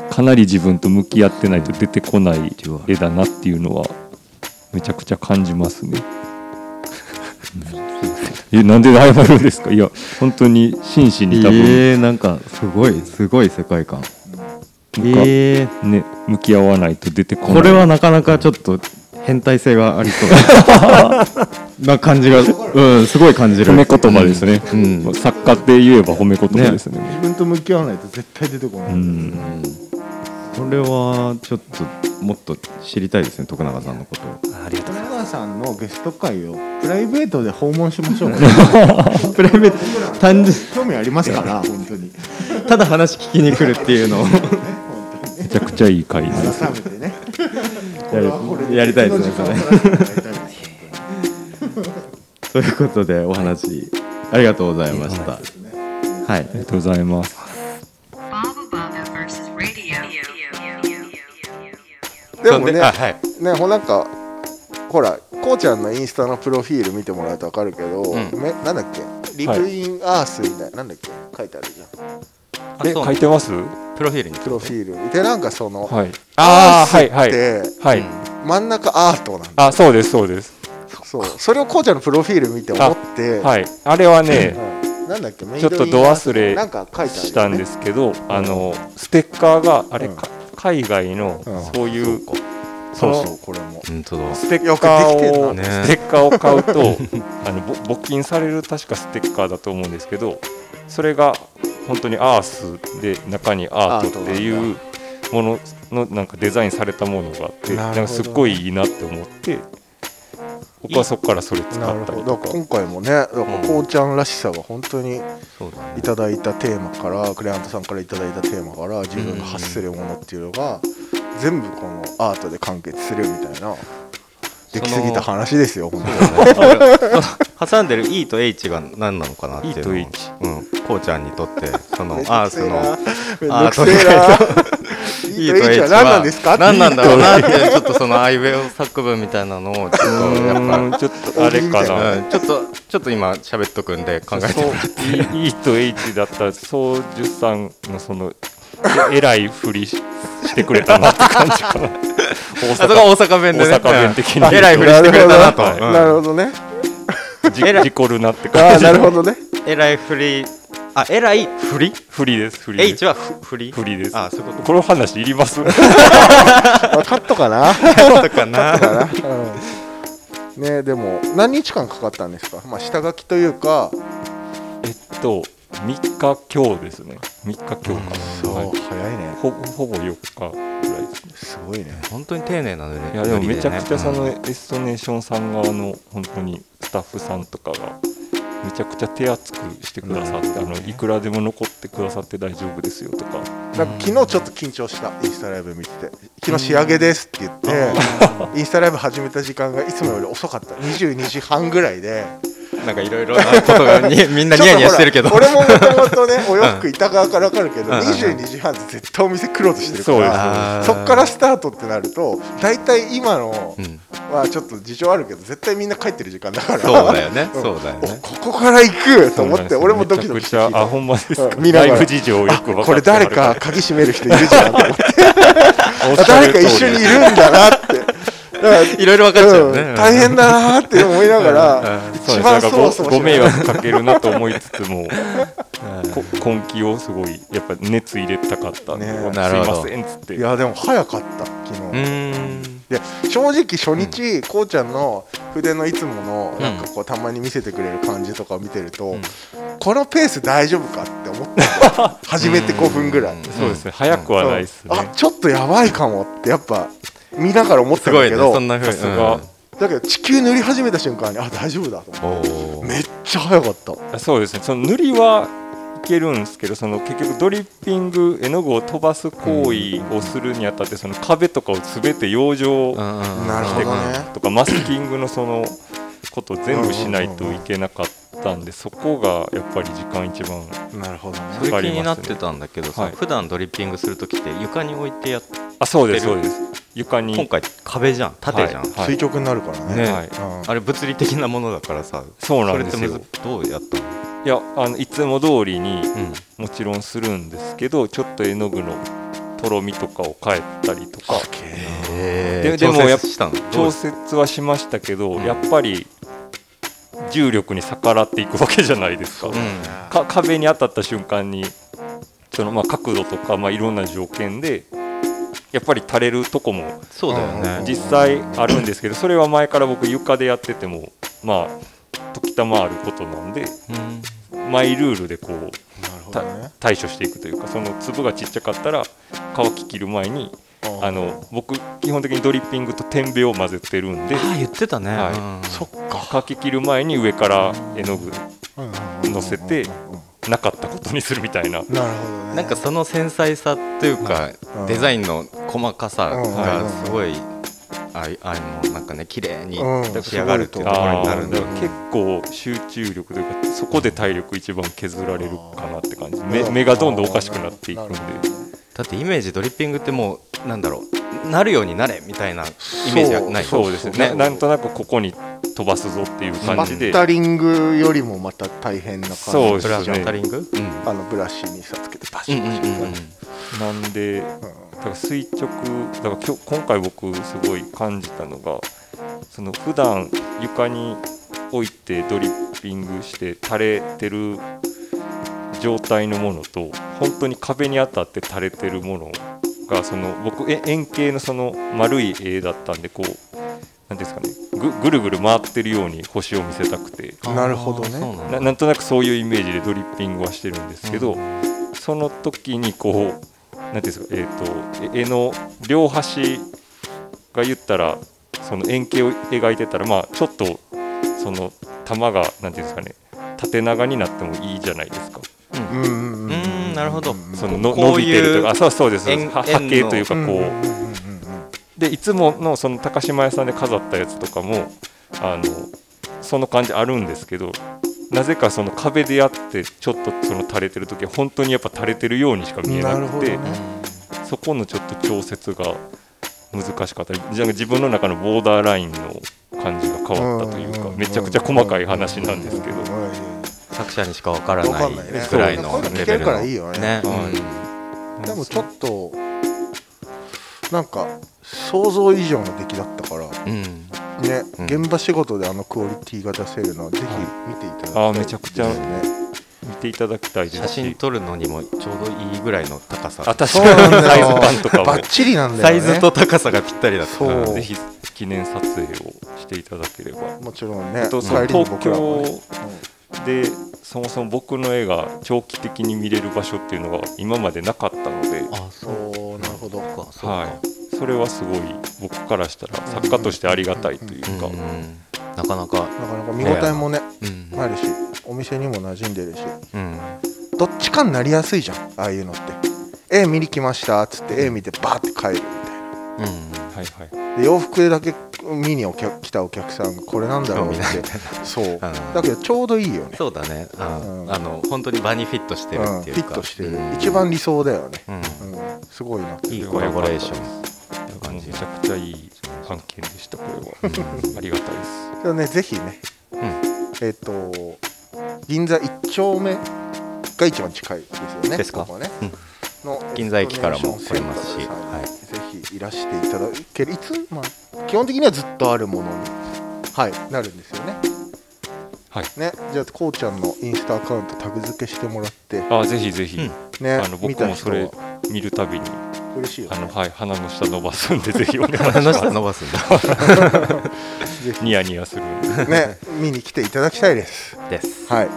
Speaker 4: かなり自分と向き合ってないと出てこない絵だなっていうのはめちゃくちゃ感じますね。 えなんで謝るんですかいや本当に真摯に多分
Speaker 3: えー、なんかすごいすごい世界観
Speaker 4: なんか
Speaker 3: えー、
Speaker 4: ね向き合わないと出てこない
Speaker 3: これはなかなかちょっと変態性がありそう なな感じがうんすごい感じる
Speaker 4: 褒め言葉ですね、
Speaker 3: うんうん
Speaker 4: 作家で言えば褒め言葉ですね
Speaker 7: 自分と向き合わないと絶対出てこない、
Speaker 4: うん
Speaker 3: これはちょっともっと知りたいですね徳永さんのことを
Speaker 6: ありがとうございます
Speaker 7: 田中さんのゲスト会をプライベートで訪問しましょうプライベート
Speaker 3: 単純
Speaker 7: 興味ありますから本当に
Speaker 3: ただ話聞きに来るっていうのを
Speaker 4: めちゃくちゃいい回です
Speaker 7: 改めてね
Speaker 3: やりやりたいですねそ れということでお話ありがとうございましたはい
Speaker 4: ありがとうございます
Speaker 1: Baba Baba versus radio.
Speaker 2: でもね
Speaker 5: あはい
Speaker 2: ねほなんかほらこうちゃんのインスタのプロフィール見てもらうと分かるけど、
Speaker 5: ん
Speaker 2: めなんだっけリブインアースみたいな、なんだっけ書いてあるじゃん
Speaker 4: え
Speaker 5: そう
Speaker 4: 書いてます
Speaker 5: プロフィールに
Speaker 2: プロフィールでなんかその、
Speaker 4: はいああはい
Speaker 2: ア
Speaker 4: は
Speaker 2: ース
Speaker 4: い
Speaker 2: って
Speaker 4: はい、
Speaker 2: 真ん中アートなんだ
Speaker 4: あそうですそうです
Speaker 2: そうそれをこうちゃんのプロフィール見て思って、
Speaker 4: はいあれはね、
Speaker 2: うんなんだっけメイ
Speaker 4: ちょ
Speaker 2: ド
Speaker 4: っと
Speaker 2: イン
Speaker 4: 度忘れ
Speaker 2: なんか書いてあるよね、
Speaker 4: したんですけど、あのステッカーがあれ、か海外の
Speaker 2: うん
Speaker 4: そういう、そ
Speaker 2: そう
Speaker 4: の
Speaker 2: そうこれも
Speaker 5: 本当だ
Speaker 4: ステッカー
Speaker 2: よ
Speaker 4: を、
Speaker 2: く
Speaker 5: できてんだね
Speaker 4: ステッカーを買うと あのぼ募金される確かステッカーだと思うんですけどそれが本当にアースで中にアートっていうもののなんかデザインされたものがあって
Speaker 2: なる
Speaker 4: な
Speaker 2: ほ
Speaker 4: ん
Speaker 2: ど
Speaker 4: かすっごいいいなって思って僕はそこからそれ使
Speaker 2: な
Speaker 4: っ
Speaker 2: る
Speaker 4: た
Speaker 2: ほ
Speaker 4: り
Speaker 2: ど
Speaker 4: と
Speaker 2: だか
Speaker 4: か
Speaker 2: ら今回もねだからこうちゃんらしさが本当に
Speaker 5: そうだ
Speaker 2: い
Speaker 5: ね
Speaker 2: ただいたテーマからクレアントさんからいただいたテーマから自分が発するものっていうのが全部このアートで完結するみたいなできすぎた話ですよ本当に
Speaker 5: 挟んでる E と H が何なのかなっていうのを
Speaker 4: E と H
Speaker 5: うん、こうちゃんにとってその
Speaker 2: めんど
Speaker 5: アー
Speaker 2: くせ
Speaker 5: ス
Speaker 2: えな
Speaker 5: の
Speaker 2: めんどくせえないいと H は何なんですか
Speaker 5: 何なんだろうなっていうちょっとそのアイウェオ作文みたいなのをちょっとやっぱ
Speaker 4: うんちょっとあれかな。
Speaker 5: うんちょっとちょっと今喋っとくんで考えてもらって
Speaker 4: そう E E と H だったら宗樹さんのそのええらいふりししてくれたなって感じかな
Speaker 5: あそこは大阪弁でね
Speaker 4: 大阪弁的に
Speaker 5: うんえらいふりしてくれたなと、うん
Speaker 2: なるほどね
Speaker 4: じ事故るなって
Speaker 2: あ
Speaker 4: 感
Speaker 2: あ
Speaker 4: じ
Speaker 2: なるほどね
Speaker 5: えらいふりあえらいふり
Speaker 4: ふりですふりです
Speaker 5: H はふふり
Speaker 4: ふりです
Speaker 5: あそういうこ
Speaker 4: この話いります
Speaker 2: あカットかな
Speaker 5: とだったかな
Speaker 2: うんねでも何日間かかったんですかまあ下書きというか
Speaker 4: えっと3日今日ですね3日今日かな、はい
Speaker 2: 早いね
Speaker 4: ほほぼ4日ぐらいですね
Speaker 2: すごいね
Speaker 5: 本当に丁寧なのね
Speaker 4: いやでもめちゃくちゃその
Speaker 5: うん
Speaker 4: エストネーションさん側の本当にスタッフさんとかがめちゃくちゃ手厚くしてくださって、あのいくらでも残ってくださって大丈夫ですよとか
Speaker 2: なんか昨日ちょっと緊張したインスタライブ見てて昨日仕上げですって言ってインスタライブ始めた時間がいつもより遅かった22時半ぐらいで
Speaker 5: なんかいろいろなことが にみんなニヤニヤしてるけど
Speaker 2: ちょっとほら俺ももとも とねお洋服いた側から分かるけど
Speaker 5: うんうん
Speaker 2: 22時半って絶対お店クローズしてるか
Speaker 5: そう
Speaker 2: ら
Speaker 5: です
Speaker 2: そっからスタートってなると大体今の
Speaker 5: うん
Speaker 2: まあちょっと事情あるけど絶対みんな帰ってる時間だから
Speaker 5: そうだよね
Speaker 2: ん
Speaker 5: そうだよね
Speaker 2: おここから行くと思って俺もドキドキ
Speaker 4: し
Speaker 2: してて
Speaker 4: 聞
Speaker 2: 聞
Speaker 4: い
Speaker 2: い
Speaker 4: たあ
Speaker 2: た
Speaker 4: ほんまですか
Speaker 2: うん見なが
Speaker 4: ラ
Speaker 2: ら
Speaker 4: イブ事情をよく分かって
Speaker 2: これ誰か鍵閉める人いるじゃんと思って
Speaker 4: おっしゃ
Speaker 2: 誰
Speaker 4: る
Speaker 2: か
Speaker 4: 通り
Speaker 2: 一緒にいるんだなってだから
Speaker 5: いろいろ分かっちゃうね、
Speaker 2: うん大変だなって思いながら
Speaker 4: そ
Speaker 2: 一
Speaker 4: うですな
Speaker 2: 番
Speaker 4: んか
Speaker 2: そ
Speaker 4: ご
Speaker 2: わそわ
Speaker 4: ご
Speaker 2: しな
Speaker 4: 迷
Speaker 2: がら
Speaker 4: 惑かけるなと思いつ つもこ根気をすごいやっぱ熱入れたかったんで、
Speaker 2: ね
Speaker 4: すい
Speaker 5: なるほど
Speaker 4: ませんっつって
Speaker 2: いやでも早かった昨日
Speaker 5: うーん
Speaker 2: で正直初日、こうちゃんの筆のいつものなんかこうたまに見せてくれる感じとかを見てると、
Speaker 5: ん
Speaker 2: このペース大丈夫かって思ったんだ よ初めて5分ぐらい、
Speaker 5: うん
Speaker 4: そうですね早くはないですね
Speaker 2: あちょっとやばいかもってやっぱ見ながら思っ
Speaker 5: す
Speaker 2: てたんだ
Speaker 5: ごい
Speaker 2: け
Speaker 5: ね
Speaker 2: ど、
Speaker 5: そんなふうに
Speaker 4: さすが
Speaker 2: だけど地球塗り始めた瞬間にあ大丈夫だと思っ
Speaker 5: おお
Speaker 2: てめっちゃ早かった
Speaker 4: あそうですねその塗りは1けるんですけどその結局ドリッピング絵の具を飛ばす行為をするにあたってその壁とかを全て養生
Speaker 2: なる
Speaker 4: し
Speaker 2: ほ
Speaker 4: て
Speaker 2: どね
Speaker 4: とかマスキングのそのこと全部しないといけなかったんでそこがやっぱり時間一番
Speaker 2: なるほどね
Speaker 4: か
Speaker 5: それ
Speaker 4: か
Speaker 5: 気
Speaker 4: り
Speaker 5: にな
Speaker 4: ま
Speaker 5: っ
Speaker 4: す
Speaker 5: て
Speaker 4: ね。
Speaker 5: たんだけどさ、
Speaker 4: はい
Speaker 5: 普段ドリッピングするときって床に置いてやっ
Speaker 4: あそうですそうです床に
Speaker 5: 今回壁じゃん縦じゃん、
Speaker 4: はい
Speaker 2: 垂直になるからね
Speaker 4: ね
Speaker 2: うん
Speaker 4: はい
Speaker 5: あれ物理的なものだからさ
Speaker 4: そうな
Speaker 5: そ
Speaker 4: ん
Speaker 5: れっ
Speaker 4: で
Speaker 5: て
Speaker 4: す
Speaker 5: む
Speaker 4: よ
Speaker 5: ずどうやったの
Speaker 4: いやあのいつも通りに
Speaker 5: うん
Speaker 4: もちろんするんですけどちょっと絵の具のとろみとかを変えたりとか
Speaker 5: え
Speaker 4: ででもやっぱ
Speaker 5: したのどう
Speaker 4: 調節はしましたけど、
Speaker 5: うん
Speaker 4: やっぱり重力に逆らっていくわけじゃないですか,、
Speaker 5: うん
Speaker 4: か壁に当たった瞬間にそのまあ角度とかまあいろんな条件でやっぱり垂れるとこも
Speaker 5: そうだよね、
Speaker 4: 実際あるんですけどそれは前から僕床でやっててもまあ時たまあることなんで
Speaker 5: うん
Speaker 4: マイルールでこう
Speaker 2: なるほ
Speaker 4: た
Speaker 2: どね
Speaker 4: 対処していくというかその粒がちっちゃかったら乾ききる前に
Speaker 2: うん
Speaker 4: あの僕基本的にドリッピングと天秤を混ぜてるんで
Speaker 5: ああ言ってたね、
Speaker 4: はい
Speaker 5: うん
Speaker 2: そっか
Speaker 4: 乾ききる前に上から絵の具
Speaker 2: 乗
Speaker 4: 乗せてなかったことにするみたい
Speaker 2: な
Speaker 4: な
Speaker 2: るほどね
Speaker 5: なんかその繊細さというか、
Speaker 2: うん
Speaker 5: デザインの細かさ
Speaker 2: うん
Speaker 5: がすごい、あいあのなんかね綺麗に
Speaker 2: うん
Speaker 5: 仕上がるっていうところになるんだ
Speaker 4: あーだから結構集中力というかそこで体力一番削られるかなって感じ目目がどんどんおかしくなっていくんで
Speaker 5: だってイメージドリッピングってもうなんだろうなるようになれみたいなイメージがない
Speaker 4: そうですねななんとなくここに飛ばすぞっていう
Speaker 2: バ
Speaker 4: 感じ
Speaker 2: ッ
Speaker 4: で
Speaker 2: タリングよりもまた大変な感じ
Speaker 4: そうです
Speaker 5: ブ
Speaker 4: ね
Speaker 5: ラジャータリング、うん
Speaker 2: あのブラシにさつけてパシ
Speaker 5: うん
Speaker 2: ッ
Speaker 5: うんうんうん
Speaker 4: なんでだから垂直だから今日今回僕すごい感じたのがその普段床に置いてドリッピングして垂れてる状態のものと本当に壁に当たって垂れてるものがその僕え円形のその丸い絵だったんでこう何ですかねぐぐるぐる回ってるように星を見せたくて
Speaker 2: なるほどね
Speaker 5: あーそうなんだ
Speaker 4: ななんとなくそういうイメージでドリッピングはしてるんですけど、その時にこう何ていうんですか、えー、とえ絵の両端が言ったらその円形を描いてたらまあちょっとその玉が何ていうんですかね縦長になってもいいじゃないですか。
Speaker 2: うんうん
Speaker 5: うーんなるほど
Speaker 4: そのの
Speaker 5: ここ
Speaker 4: 伸
Speaker 5: う
Speaker 4: び
Speaker 5: いう
Speaker 4: てるというかあそうそうですそうです
Speaker 5: 円
Speaker 4: は
Speaker 5: 円の
Speaker 4: 波形というかこう、
Speaker 2: うんうん
Speaker 4: でいつものその高島屋さんで飾ったやつとかもあのその感じあるんですけどなぜかその壁であってちょっとその垂れてる時は本当にやっぱ垂れてるようにしか見えな
Speaker 2: なる
Speaker 4: く
Speaker 2: ほど
Speaker 4: て
Speaker 2: ね
Speaker 4: そこのちょっと調節が難しかったりじゃあ自分の中のボーダーラインの感じが変わったというか
Speaker 2: うん
Speaker 4: めちゃくちゃ細かい話なんですけど
Speaker 5: 作者にしかわから
Speaker 2: わか
Speaker 5: なん
Speaker 2: ないね
Speaker 5: いくらい
Speaker 2: そう
Speaker 5: の
Speaker 2: こういうの
Speaker 5: レ
Speaker 2: 聞け
Speaker 5: ベ
Speaker 2: る
Speaker 5: ル
Speaker 2: か
Speaker 5: の
Speaker 2: らいいよね
Speaker 5: うん
Speaker 2: でもちょっとなんか想像以上の出来だったから
Speaker 5: うん
Speaker 2: ね、
Speaker 5: うん
Speaker 2: 現場仕事であのクオリティが出せるのはぜひ見ていただきたい
Speaker 4: あーめちゃくちゃ
Speaker 2: ね
Speaker 4: 見ていただきたいで
Speaker 5: 写
Speaker 4: す
Speaker 5: 真
Speaker 4: し
Speaker 5: 撮るのにもちょうどいいぐらいの高
Speaker 4: あ
Speaker 5: さ
Speaker 4: 確
Speaker 2: そうな
Speaker 4: か
Speaker 2: ん
Speaker 4: に
Speaker 2: だ
Speaker 4: サイ
Speaker 2: よ
Speaker 4: ズ感とかも
Speaker 2: バッチリなんだ
Speaker 5: サ
Speaker 2: よね
Speaker 5: イズと高さがぴったりだった
Speaker 2: そう
Speaker 4: うんぜひ記念撮影をしていただければ
Speaker 2: もちろんね
Speaker 4: とその
Speaker 2: 帰りに
Speaker 4: 東
Speaker 2: 僕らもね
Speaker 4: 京でそもそも僕の絵が長期的に見れる場所っていうのが今までなかったので、
Speaker 5: あ
Speaker 2: そうなるほど
Speaker 4: はい、それはすごい僕からしたら作家としてありがたいというか、
Speaker 5: うんうんなかなか
Speaker 2: なかなか見応えもね
Speaker 5: うん
Speaker 2: あるしお店にも馴染んでるし
Speaker 5: うん
Speaker 2: どっちかになりやすいじゃんああいうのって絵見に来ましたっつって絵見てバーって帰るみたいな
Speaker 5: うん
Speaker 4: はいはい
Speaker 2: で洋服だけ見にお客来たお客さんがこれなんだろうっ
Speaker 5: 興味
Speaker 2: て
Speaker 5: ない
Speaker 2: そう
Speaker 5: うん
Speaker 2: だけどちょうどいいよね
Speaker 5: そうだねあの,、
Speaker 2: うん
Speaker 5: あの本当に場にフィットしてる
Speaker 2: うん
Speaker 5: って
Speaker 2: フ
Speaker 5: い
Speaker 2: ィ
Speaker 5: うか、
Speaker 2: ットしてる
Speaker 5: うん
Speaker 2: 一番理想だよね
Speaker 5: うん
Speaker 2: うんすごいなって
Speaker 5: いいコラボレーション
Speaker 4: もうめちゃくちゃいい案件でしたこ れはありがたいです
Speaker 2: でもねぜひね、
Speaker 5: ん
Speaker 2: えっ、と銀座1丁目が一番近いですよね
Speaker 5: ですか
Speaker 2: ここね、
Speaker 5: うん
Speaker 2: の
Speaker 5: 銀座駅からも来れますし
Speaker 2: エスプレネーションセンターさんにぜひいらしていただけるいつ、まあ、基本的にはずっとあるものに、はい、なるんですよね
Speaker 4: はい
Speaker 2: ね、じゃあこうちゃんのインスタアカウントタグ付けしてもらって
Speaker 4: あぜひぜひ、
Speaker 5: うん
Speaker 2: ね
Speaker 4: あの
Speaker 2: 見
Speaker 4: 僕
Speaker 2: た
Speaker 4: もそ
Speaker 2: 人
Speaker 4: れ
Speaker 2: は
Speaker 4: 見るたびに
Speaker 2: 嬉しいよ
Speaker 4: あの、
Speaker 2: ね
Speaker 4: はい、鼻の下伸ばすんでぜひお願いし
Speaker 5: 鼻の
Speaker 4: ま
Speaker 5: 下
Speaker 4: す
Speaker 5: 伸ばすんだ
Speaker 2: ぜひ
Speaker 4: ニヤニヤする
Speaker 2: ね見に来ていただきたいです
Speaker 5: です
Speaker 2: はい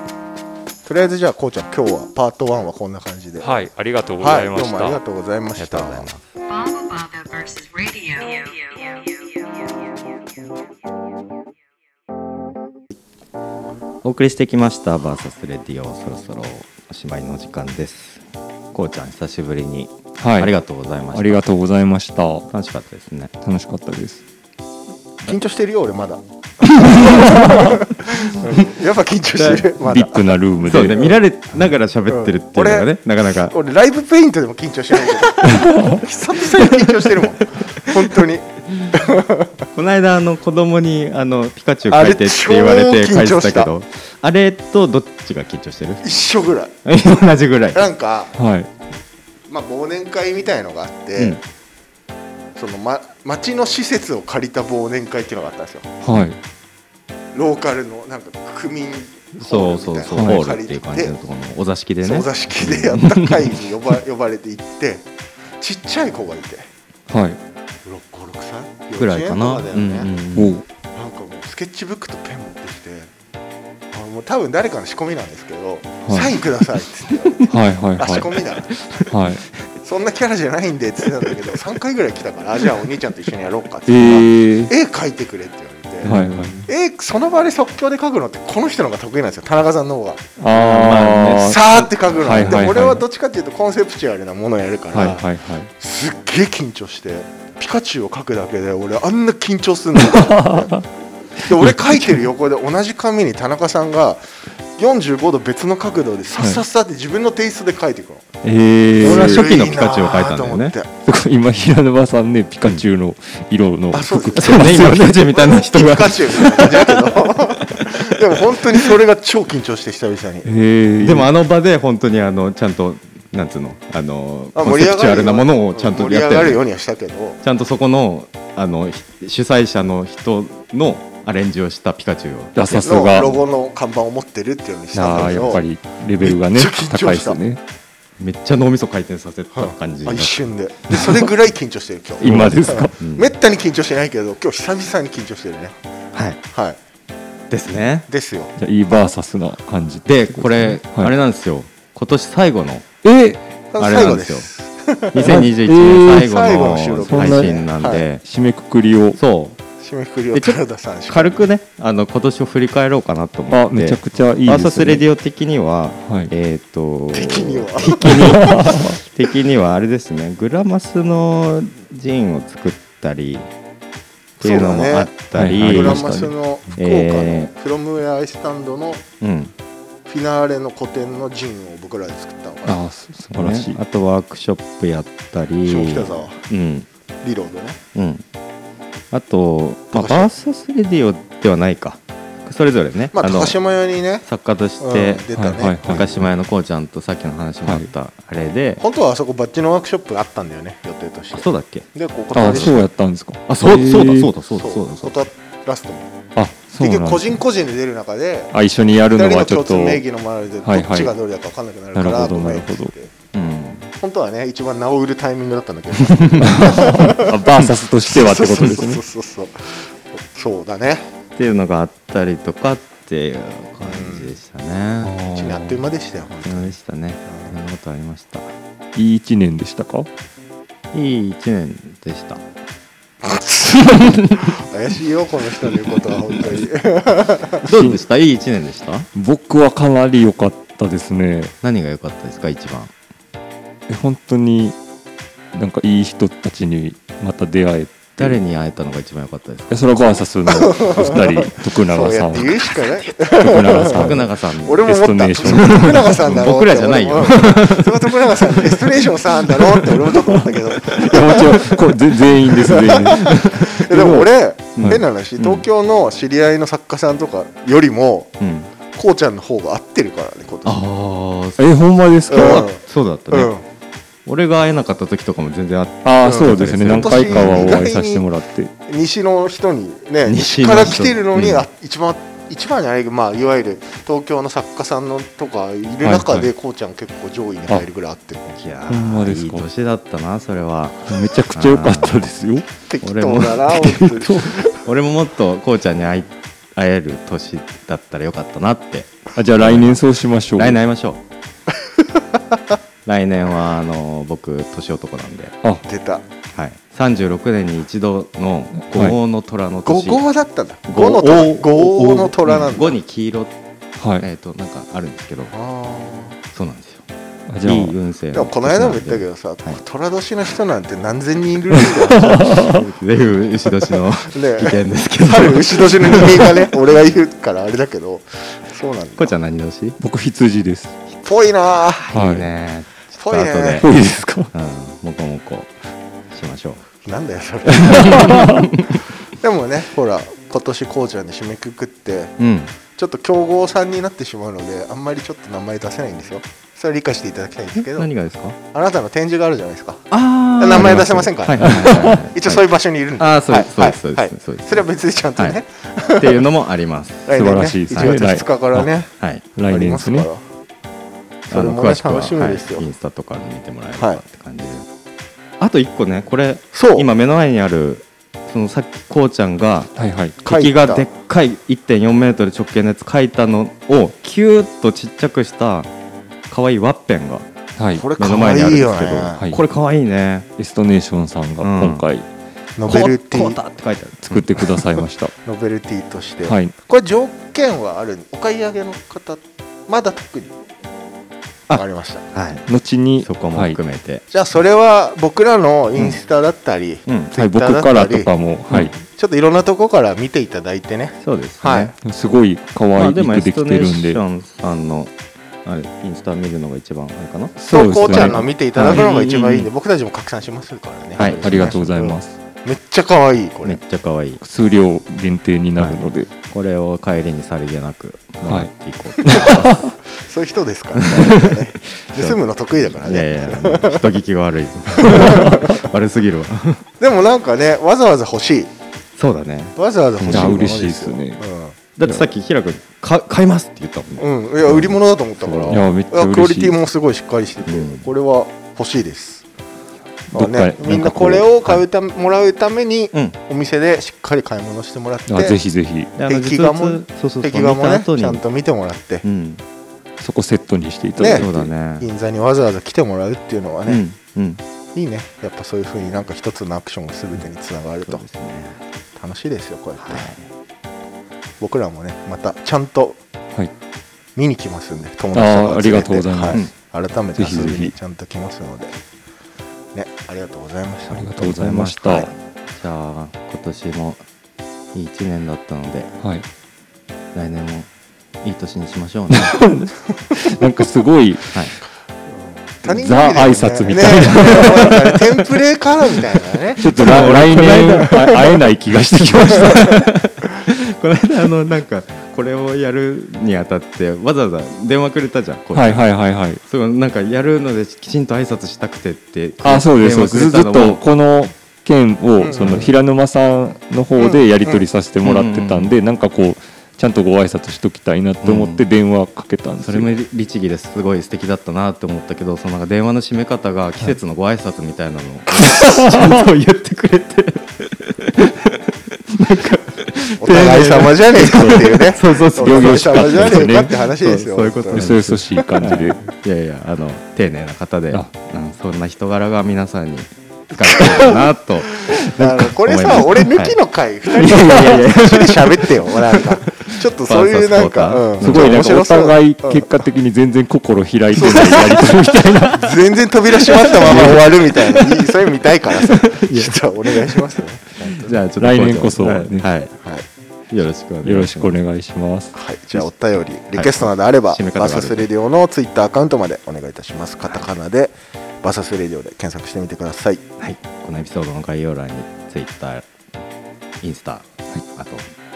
Speaker 2: とりあえずじゃあこうちゃん今日はパート1はこんな感じで
Speaker 4: はいありがとうご
Speaker 2: は
Speaker 4: ざ
Speaker 2: い、
Speaker 4: い
Speaker 2: どう
Speaker 4: まし
Speaker 2: もあり
Speaker 4: た
Speaker 2: がとうございま
Speaker 5: ありが
Speaker 2: し
Speaker 5: とう
Speaker 2: た
Speaker 5: ご。ざいます
Speaker 1: Baba Baba versus radio. radio.
Speaker 3: お送りしてきましたバーサスレディオそろそろおしまいの時間ですこうちゃん久しぶりに、
Speaker 4: はい
Speaker 3: ありがとうございました
Speaker 4: ありがとうございました
Speaker 3: 楽しかったですね
Speaker 4: 楽しかったです
Speaker 2: 緊張してるよ俺まだやっぱ緊張してるま
Speaker 4: ビ
Speaker 2: だ
Speaker 4: ップなルーム
Speaker 3: そうね
Speaker 4: で
Speaker 3: 見られながら喋ってるっていうのがね、なかなか
Speaker 2: 俺ライブペイントでも緊張してないけど久々に緊張してるもん本当に
Speaker 3: この間あの子供にあのピカチュウ描いてって言われ
Speaker 2: あれ
Speaker 3: て
Speaker 2: 超
Speaker 3: 描いてたけどあれとどっちが緊張してる
Speaker 2: 一緒ぐらい
Speaker 3: 同じぐらい
Speaker 2: なんか、
Speaker 4: はい
Speaker 2: まあ、忘年会みたいのがあって、
Speaker 3: うん
Speaker 2: その、ま、町の施設を借りた忘年会っていうのがあったんですよ
Speaker 4: はい
Speaker 2: ローカルのなんか区民
Speaker 3: そ
Speaker 2: ホー
Speaker 3: う
Speaker 2: ル
Speaker 3: そう
Speaker 2: みた
Speaker 3: そ
Speaker 2: いうなの
Speaker 3: ホ
Speaker 2: を
Speaker 3: ール
Speaker 2: 借
Speaker 3: っ
Speaker 2: り
Speaker 3: てい
Speaker 2: て
Speaker 3: う感じのところのお座敷で
Speaker 2: そう
Speaker 3: ね
Speaker 2: お座敷でやった会に呼ば呼ばれて行 ってちっちゃい子がいて
Speaker 4: はい
Speaker 2: 56歳
Speaker 3: ぐらいか
Speaker 2: 幼
Speaker 3: な、
Speaker 2: 稚園とだよ
Speaker 3: う
Speaker 2: ね
Speaker 3: んうんうん
Speaker 4: おう
Speaker 2: なんかもうスケッチブックとペン持ってきてあもう多分誰かの仕込みなんですけど、
Speaker 4: い
Speaker 2: サインくださいって言って
Speaker 4: はいはい
Speaker 2: あ仕
Speaker 4: はい
Speaker 2: 込みだ
Speaker 4: はい
Speaker 2: そんなキャラじゃないんでって言ってたんだけど3回ぐらい来たからあじゃあお兄ちゃんと一緒にやろうかって
Speaker 4: え
Speaker 2: 言っ
Speaker 4: ー、
Speaker 2: たら絵描いてくれって言われて、
Speaker 4: はいはい
Speaker 2: 絵その場で即興で描くのってこの人の方が得意なんですよ田中さんの方が
Speaker 4: あー
Speaker 2: さーって描くの、
Speaker 4: はいはいはい
Speaker 2: で俺はどっちかっていうとコンセプチュアルなものをやるから、
Speaker 4: はいはいはい
Speaker 2: すっげえ緊張してピカチュウを描くだけで俺あんな緊張するんだ で俺描いてる横で同じ紙に田中さんが45度別の角度でさっさっさって自分のテイストで描いていくの、
Speaker 4: え
Speaker 3: 俺は
Speaker 4: ー、
Speaker 3: 初期のピカチュウを描いたんだよね
Speaker 2: すごいなーと思って
Speaker 4: 今平沼さんねピカチュウの色の
Speaker 2: あそうです
Speaker 4: 服着
Speaker 3: そうね今同じみたいな人
Speaker 2: ピ
Speaker 3: が
Speaker 2: カチュウみたいな感じだけど でも本当にそれが超緊張して久々に
Speaker 4: えー、
Speaker 3: でもあの場で本当にあのちゃんとなんつうのあの
Speaker 2: あ
Speaker 3: コンセプチュアルなものをちゃんと
Speaker 2: 盛り
Speaker 3: や
Speaker 2: 上
Speaker 3: って
Speaker 2: がる
Speaker 3: る
Speaker 2: ようにはしたけど
Speaker 3: ちゃんとそこのあのひ主催者の人のアレンジをしたピカチュウを
Speaker 4: あさす
Speaker 2: の
Speaker 4: が
Speaker 2: ロゴの看板を持ってるっていうようにしたん
Speaker 4: あ
Speaker 2: だ
Speaker 4: あ
Speaker 2: け
Speaker 4: や
Speaker 2: ど
Speaker 4: っぱりレベルが
Speaker 2: め
Speaker 4: ね
Speaker 2: っちゃ緊張した
Speaker 4: 高いですね
Speaker 3: めっちゃ脳みそ回転させた感じに
Speaker 2: あ
Speaker 3: なっ
Speaker 2: 一
Speaker 3: て
Speaker 2: 瞬ででそれぐらい緊張してる今日
Speaker 4: 今ですか
Speaker 2: うんめったに緊張してないけど今日久々に緊張してるね
Speaker 3: はい
Speaker 2: はい
Speaker 3: ですね
Speaker 2: ですよ
Speaker 4: じゃあいいバーサスな感じ
Speaker 3: でこれ、
Speaker 4: はい
Speaker 3: あれなんですよ今年最後の
Speaker 4: え
Speaker 3: あれなんですよ2021
Speaker 4: え
Speaker 3: 年
Speaker 4: ー
Speaker 3: 最後
Speaker 2: 最後
Speaker 3: の
Speaker 2: の収録
Speaker 3: 配信なんで、
Speaker 2: は
Speaker 4: 締めくくりを
Speaker 3: そう
Speaker 2: 締めくくりを寺田さんし
Speaker 3: 軽くねあの今年を振り返ろうかなと思って
Speaker 4: あめちゃくちゃいいですね
Speaker 3: バーサスレディオ的には、
Speaker 4: はい
Speaker 3: えっ、と
Speaker 2: 的には
Speaker 3: 的にはあれですねグラマスのジンを作ったりっていうのもあったり
Speaker 4: そうだねはい
Speaker 2: グ
Speaker 4: は
Speaker 2: ラ
Speaker 4: い
Speaker 2: マスの福岡の
Speaker 3: え
Speaker 2: フロムウェアアイスタンドのフ
Speaker 3: うん
Speaker 2: ィナーレの個展のジンを僕らで作ったのかな
Speaker 4: あす素晴らしい、
Speaker 3: ねあとワークショップやったり
Speaker 2: 下北沢
Speaker 3: うん
Speaker 2: リロードね
Speaker 3: うんあと、まあ、
Speaker 2: 高島
Speaker 3: バーサスレディオではないかそれぞれね、
Speaker 2: まあ
Speaker 3: あの
Speaker 2: 高島屋にね
Speaker 3: 作家とし
Speaker 2: う
Speaker 3: て
Speaker 2: ん出た
Speaker 4: はいはい
Speaker 2: ね
Speaker 3: 高島屋のこうちゃんとさっきの話もあったあれで、
Speaker 2: 本当はあそこバッジのワークショップがあったんだよね予定とし
Speaker 3: あ
Speaker 2: て
Speaker 3: そうだっけ
Speaker 2: でここ
Speaker 4: あそうやったんですか
Speaker 3: あそうそうだそう
Speaker 4: だ
Speaker 3: だそうだそうだそうだ
Speaker 2: 断らすと思う
Speaker 4: あそう
Speaker 2: 結
Speaker 4: なん
Speaker 2: 局
Speaker 4: だ
Speaker 2: 個人個人で出る中で
Speaker 4: あ一緒にやるの
Speaker 2: 二人
Speaker 4: は
Speaker 2: の
Speaker 4: ち
Speaker 2: 共
Speaker 4: ょっと
Speaker 2: 通名義の周りでど
Speaker 4: はいはい
Speaker 2: っちがどれだか分かんなくなるから、
Speaker 4: なるほど
Speaker 2: ごめん
Speaker 4: なるほど
Speaker 2: って
Speaker 3: うん
Speaker 2: 本当はね一番名を売るタイミングだったんだけ ど
Speaker 4: あバーサスとしてはってことですね
Speaker 2: そうそうそうそうそうだね
Speaker 3: っていうのがあったりとかっていう感じでしたね。
Speaker 2: 一年あっという間でしたよ本当
Speaker 3: そうでしたね。そんなことありました。
Speaker 4: いい一年でしたか
Speaker 3: いい一年でした。
Speaker 2: 怪しいよこの人の言うことは本当に
Speaker 3: どうでした？いい一年でした？
Speaker 4: 僕はかなり良かったですね
Speaker 3: 何が良かったですか一番？
Speaker 4: え本当になんかいい人たちにまた出会え
Speaker 3: 誰に会えたのが一番良かったですか？
Speaker 4: えそれはバーサスのお二人
Speaker 2: そ
Speaker 4: 徳永
Speaker 2: う
Speaker 4: さ
Speaker 2: や
Speaker 4: ん
Speaker 2: って言うしかない
Speaker 4: 徳永さん
Speaker 3: 徳永さんの
Speaker 2: 俺も思った
Speaker 4: エスト
Speaker 2: 徳
Speaker 4: ネー
Speaker 2: 永さんだろうって
Speaker 3: 僕らじゃないよ
Speaker 2: 俺も それは徳永さんエストネーションさんだろうって俺もちょっと思ったけど
Speaker 4: いやもちろんこれぜ 全員です全員です
Speaker 2: でも俺変な話東京の知り合いの作家さんとかよりも
Speaker 3: うん。
Speaker 2: こうちゃんの方が合ってるからね今年
Speaker 3: ああ。
Speaker 4: えほんまですか、
Speaker 2: うん
Speaker 3: そうだった
Speaker 2: う
Speaker 3: ね
Speaker 2: ん。
Speaker 3: 俺が会えなかった時とかも全然あっ
Speaker 4: ああそうですね
Speaker 3: うん
Speaker 4: 何回かはお会いさせてもらって
Speaker 2: 西の人にね西
Speaker 3: 西の人
Speaker 2: から来てるのに、
Speaker 3: うん
Speaker 2: あ一番一番じゃないけど、まあ、いわゆる東京の作家さんのとかいる中
Speaker 4: はいは
Speaker 2: で、こうちゃん結構上位に入るぐらいあってる
Speaker 3: た。いや
Speaker 4: ほんまです
Speaker 3: いい
Speaker 4: か
Speaker 3: 年だったなそれは。
Speaker 4: めちゃくちゃ良かったですよ
Speaker 2: 適
Speaker 3: 俺も
Speaker 2: 当だな本当に
Speaker 3: 俺ももっとこうちゃんに会い会える年だったらよかったなって。
Speaker 4: あじゃあ来年そうしましょう
Speaker 3: 来年会いましょう 来年はあの僕年男なんで、
Speaker 4: あ
Speaker 2: 出た
Speaker 3: はい、36年に一度の五王の虎の
Speaker 2: 五
Speaker 3: 年、
Speaker 2: 号だったんだ五の虎五王の虎なんだ
Speaker 3: 5に黄色、
Speaker 4: はい、
Speaker 3: えー、となんかあるんですけど
Speaker 2: あー
Speaker 3: そうなんですよ
Speaker 8: あじゃあ
Speaker 3: いい運勢
Speaker 2: でもこの間も言ったけどさ、虎年の人なんて何千人いるんだよ。
Speaker 3: どぜひ牛年の
Speaker 2: ね
Speaker 3: 意見ですけど
Speaker 2: 猿牛年の人間が ね、俺が言うからあれだけど、そうなんだ。
Speaker 3: こうちゃん何年
Speaker 8: 僕羊です
Speaker 2: ぽいなぁ。
Speaker 3: い
Speaker 8: はい
Speaker 3: いねちょ
Speaker 2: ぽ
Speaker 3: っ
Speaker 2: い
Speaker 3: と後で
Speaker 2: ね
Speaker 8: 多いですか
Speaker 3: うんもこもこしましょう
Speaker 2: なんだよ それ。でもね、ほら今年こうちゃんで締めくくって、
Speaker 3: うん
Speaker 2: ちょっと競合さんになってしまうので、あんまりちょっと名前出せないんですよ。それは理解していただきたいんですけど、
Speaker 3: 何がですか
Speaker 2: あなたの展示があるじゃないですか。
Speaker 3: あ
Speaker 2: 名前出せませんか
Speaker 3: はいはいはいはい
Speaker 2: 一応 そういう場所にいるんで。
Speaker 3: あーそうです
Speaker 2: はい
Speaker 3: そうです
Speaker 2: はい
Speaker 3: そうですそうです
Speaker 2: それは別にちゃんとね。
Speaker 3: っていうのもあります
Speaker 2: 来年ね
Speaker 8: 素晴らしいですね
Speaker 2: 1月2日からね、
Speaker 3: はい
Speaker 8: 来年ですね
Speaker 2: ありますから。
Speaker 3: あ
Speaker 2: それ
Speaker 3: の
Speaker 2: も
Speaker 3: 詳
Speaker 2: ね
Speaker 3: しくは、
Speaker 2: 楽しみですよ
Speaker 3: はいイ。ンスタとかで見てもらえれば
Speaker 2: はい
Speaker 3: って感じで、あと一個ねこれ
Speaker 2: そう。
Speaker 3: 今目の前にあるそのさっきこうちゃんが
Speaker 8: はいはい
Speaker 2: 書いた
Speaker 3: 敵がでっかい1.4メートル直径のやつ書いたのをキューッとちっちゃくした可愛いワッペンが
Speaker 8: はい
Speaker 2: これ
Speaker 3: 目
Speaker 2: 可
Speaker 3: の前にあ
Speaker 2: 愛
Speaker 3: る
Speaker 2: い
Speaker 3: んです
Speaker 2: よ
Speaker 3: けど、
Speaker 2: ね。
Speaker 8: はい
Speaker 3: これ可愛いね
Speaker 8: エストネーションさんが今回
Speaker 2: ノベルテ
Speaker 3: こう
Speaker 2: ィ
Speaker 3: だって書いてある
Speaker 8: 作ってくださいました、
Speaker 2: ノベルティとして。
Speaker 8: はい
Speaker 2: これ条件はあるお買い上げの方まだ特に
Speaker 3: あ
Speaker 2: わかりました
Speaker 3: はい
Speaker 8: 後に
Speaker 3: そこも
Speaker 8: はい
Speaker 3: 含めて、
Speaker 2: じゃあそれは僕らのインスタだったり、
Speaker 3: うん
Speaker 2: ツイ
Speaker 8: はい、
Speaker 2: ッタ
Speaker 8: 僕
Speaker 2: ーだ
Speaker 8: か
Speaker 2: った
Speaker 8: ら
Speaker 2: り
Speaker 8: とかも、はい、
Speaker 2: ちょっといろんなとこから見ていただいてね
Speaker 3: そうですね、
Speaker 2: はい
Speaker 8: すごい可
Speaker 3: ま
Speaker 8: 愛
Speaker 3: あ、
Speaker 8: い
Speaker 3: でもエ
Speaker 8: くで
Speaker 3: スト
Speaker 8: き
Speaker 3: ネ
Speaker 8: て
Speaker 3: ー
Speaker 8: る
Speaker 3: シ
Speaker 8: んで、
Speaker 3: ョンさんのあれインスタ見るのが一番あれかな
Speaker 8: そうですね
Speaker 2: こちゃんの見ていただくのが一番いいんで、
Speaker 8: は
Speaker 2: 僕たちも拡散しますからね、
Speaker 3: はい
Speaker 2: そうですね
Speaker 8: ありがとうございます。
Speaker 2: めっちゃ可愛いこれ、
Speaker 3: めっちゃ可愛い
Speaker 8: 数量限定になるので、
Speaker 3: これを帰りにさりげなくもらっていこう、
Speaker 2: そういう人です からね盗むの得意だから
Speaker 3: い、
Speaker 2: ね
Speaker 3: やいや人聞きが 悪い悪すぎるわ
Speaker 2: でもなんかねわざわざ欲しい
Speaker 3: そうだね
Speaker 2: わざわざ欲しいものですよ
Speaker 8: いや嬉しいですね
Speaker 3: だってさっき平君か買いますって言ったもんね
Speaker 2: うん、うん、いや売り物だと思ったから
Speaker 8: いやめっちゃ嬉しい
Speaker 2: クオリティもすごいしっかりしてて、
Speaker 3: うん
Speaker 2: これは欲しいです、
Speaker 8: どっか
Speaker 2: ね、みんなこれを買うためもらうために
Speaker 3: うん
Speaker 2: お店でしっかり買い物してもらって
Speaker 8: あぜひぜひ
Speaker 3: であの
Speaker 2: 壁画も
Speaker 3: 実物そうそうそう
Speaker 2: 壁画も
Speaker 3: 見た
Speaker 2: ね
Speaker 3: 後に
Speaker 2: ちゃんと見てもらって
Speaker 3: うん
Speaker 8: そこセットにしていただい
Speaker 2: ね
Speaker 8: て、
Speaker 3: そうだね
Speaker 2: 銀座にわざわざ来てもらうっていうのは
Speaker 3: う
Speaker 2: ね、
Speaker 3: んうん
Speaker 2: いいねやっぱそういうふうになんか一つのアクションが全てにつながる
Speaker 3: そう
Speaker 2: と
Speaker 3: ですね
Speaker 2: 楽しいですよこうやって、僕らもねまたちゃんと
Speaker 8: はい
Speaker 2: 見に来ますんで友達とか
Speaker 8: あーありがとうございます
Speaker 2: す、はい、改めて
Speaker 8: ぜひ
Speaker 2: 遊
Speaker 8: ぜひ
Speaker 2: びにちゃんと来ますのでねありがとうございました
Speaker 8: ありがとうございました。
Speaker 2: は
Speaker 8: はいい、
Speaker 3: じゃあ今年もいい1年だったので来年もいい年にしましょうね
Speaker 8: なんかすごい、
Speaker 2: 他人
Speaker 8: ザ
Speaker 2: の意味でも
Speaker 8: 挨拶みた
Speaker 2: ね
Speaker 8: い
Speaker 2: ねなん かねテンプレからみたいなね
Speaker 8: ちょっとら来年あ会えない気がしてきました。
Speaker 3: この間あのなんかこれをやるにあたってわざわざ電話くれたじゃんこう
Speaker 8: はいはいはいはい。
Speaker 3: そうなんかやるのできちんと挨拶したくてって
Speaker 8: あ、そうです。そう
Speaker 3: 電話
Speaker 8: で
Speaker 3: く
Speaker 8: す
Speaker 3: れ
Speaker 8: ず
Speaker 3: た
Speaker 8: っ
Speaker 3: のも
Speaker 8: とこの件
Speaker 2: うん
Speaker 8: をその平沼さんの方でやり取りさせてもらってたんで、なんかこうちゃんとご挨拶しときたいなと思って電話かけたんで
Speaker 3: そ
Speaker 8: すよ
Speaker 3: れも律儀ですごい素敵だったなって思ったけどそのなんか電話の締め方が季節のご挨拶みたいなのを ちゃんと言ってくれて
Speaker 2: お互い様じゃねえかっていうね
Speaker 3: そうそうそう
Speaker 2: お互い様じゃね
Speaker 8: よ
Speaker 2: え
Speaker 8: ね
Speaker 2: かって話ですよ
Speaker 3: そうそういうこ
Speaker 2: 本
Speaker 3: と
Speaker 2: 当に
Speaker 8: そうそうしい感じで。
Speaker 3: いやいやあの丁寧な方で、
Speaker 8: あ
Speaker 3: うん、そんな人柄が皆さんに疲れてるなと
Speaker 2: あのこれ
Speaker 3: 思いま
Speaker 2: さ
Speaker 3: す
Speaker 2: 俺抜きの回2人
Speaker 3: いやいや
Speaker 2: で喋ってよなんかちょっとそういうなん か
Speaker 3: ファンサ
Speaker 2: う
Speaker 3: ポーター
Speaker 2: ん
Speaker 8: すごいなんかお互い
Speaker 2: 面白そう
Speaker 8: 結果的に全然心開いてないやり取りみたいな
Speaker 2: 全然扉閉まったまま終わるみたい な、いいそれ見たいからさ、ちょっとお願いしますね。
Speaker 3: じゃあちょっと
Speaker 8: 来年こそ
Speaker 3: は、
Speaker 8: はいね
Speaker 3: はい
Speaker 2: はい、
Speaker 3: よろしくお願いします
Speaker 8: よろしくお願いします。
Speaker 2: はい、じゃあお便り、リクエストなどあれば、
Speaker 3: 締め方が
Speaker 2: バ
Speaker 3: ある
Speaker 2: サスレディオのツイッターアカウントまでお願いいたします。カタカナで、バサスレディオで検索してみてください。
Speaker 3: はい、このエピソードの概要欄に Twitter、インスタ、あと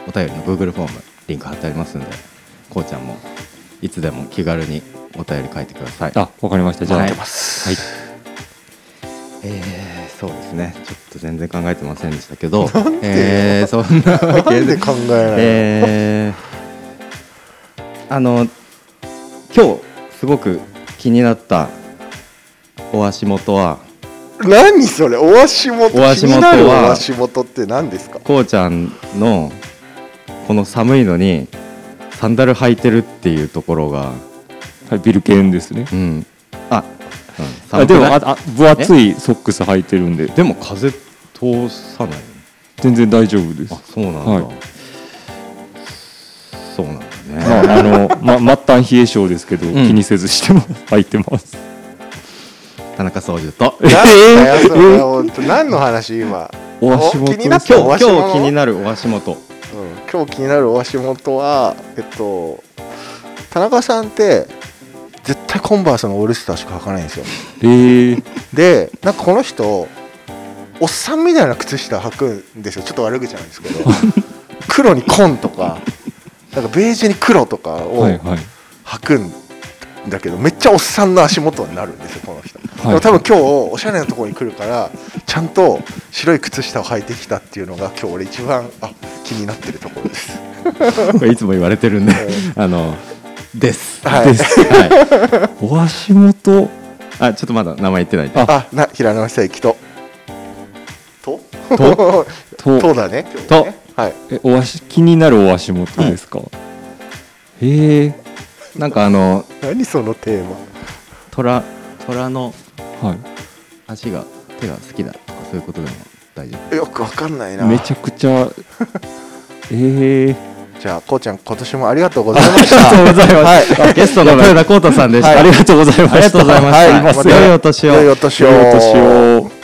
Speaker 3: お便りの Google フォームリンク貼ってありますんでこうちゃんもいつでも気軽にお便り書いてください
Speaker 8: あ、わかりました。じゃあ、
Speaker 3: はい
Speaker 8: はい。
Speaker 3: えー、そうですねちょっと全然考えてませんでしたけどえー、そんなわ
Speaker 2: な
Speaker 3: け
Speaker 2: ん
Speaker 3: で
Speaker 2: で考えないの、
Speaker 3: えー、あの今日すごく気になったお足元は
Speaker 2: 何それ、お足元、
Speaker 3: お足
Speaker 2: 気
Speaker 3: 元は
Speaker 2: になるお足元って何ですか
Speaker 3: こうちゃんのこの寒いのにサンダル履いてるっていうところが
Speaker 8: はい、ビルケンですね。
Speaker 3: うんあ、うん、
Speaker 8: あ
Speaker 3: 寒
Speaker 8: で
Speaker 3: く
Speaker 8: も
Speaker 3: ない
Speaker 8: ああ分厚いソックス履いてるんで
Speaker 3: でも風通さない
Speaker 8: 全然大丈夫です
Speaker 3: あ。そうなんだ、
Speaker 8: はい
Speaker 3: そうなんだね
Speaker 8: まああのま末端冷え性ですけど、
Speaker 3: ん
Speaker 8: 気にせずしても 入ってます。
Speaker 3: 田中総樹と
Speaker 2: だよそれ本当何の話今
Speaker 8: お足
Speaker 2: お
Speaker 8: 元
Speaker 2: 気になっ
Speaker 8: で
Speaker 2: た
Speaker 3: 今
Speaker 2: お
Speaker 3: 日
Speaker 2: 足元
Speaker 3: 今日気になるお足元
Speaker 2: うん今日気になるお足元はえっと田中さんって絶対コンバースのオールスターしか履かないんですよ
Speaker 8: すえー、
Speaker 2: でなんかこの人おっさんみたいな靴下履くんですよちょっと悪口なんです けど黒に紺とかなんかベージュに黒とかを
Speaker 8: はい
Speaker 2: 履
Speaker 8: はい。
Speaker 2: くんだけど、めっちゃおっさんの足元になるんですよこの人、
Speaker 8: はい
Speaker 2: でも多分今日おしゃれなところに来るからちゃんと白い靴下を履いてきたっていうのが今日俺一番あ気になってるところです
Speaker 3: これいつも言われてるんであのです
Speaker 2: はい
Speaker 3: ですはい
Speaker 8: お足元
Speaker 3: あちょっとまだ名前言ってないんで
Speaker 2: あな平野正幸とと
Speaker 3: と
Speaker 8: と
Speaker 2: とだね
Speaker 3: と
Speaker 2: はい
Speaker 8: えお足気になるお足元ですか。
Speaker 3: へえなんかあの
Speaker 2: 何そのテーマ
Speaker 3: 虎虎の
Speaker 8: はい。
Speaker 3: 足が手が好きだとかそういうことでも大丈夫
Speaker 2: よくわかんないな
Speaker 8: めちゃくち ゃええ
Speaker 2: じゃあこうちゃん今年もありがとうございました
Speaker 3: ありがとうございます。ゲストの豊田浩太さんでした。
Speaker 2: はい
Speaker 3: ありがとうございました。ありがとうございました。
Speaker 2: はい
Speaker 3: 良いお年を。
Speaker 2: 良いお年を
Speaker 8: 良いお年を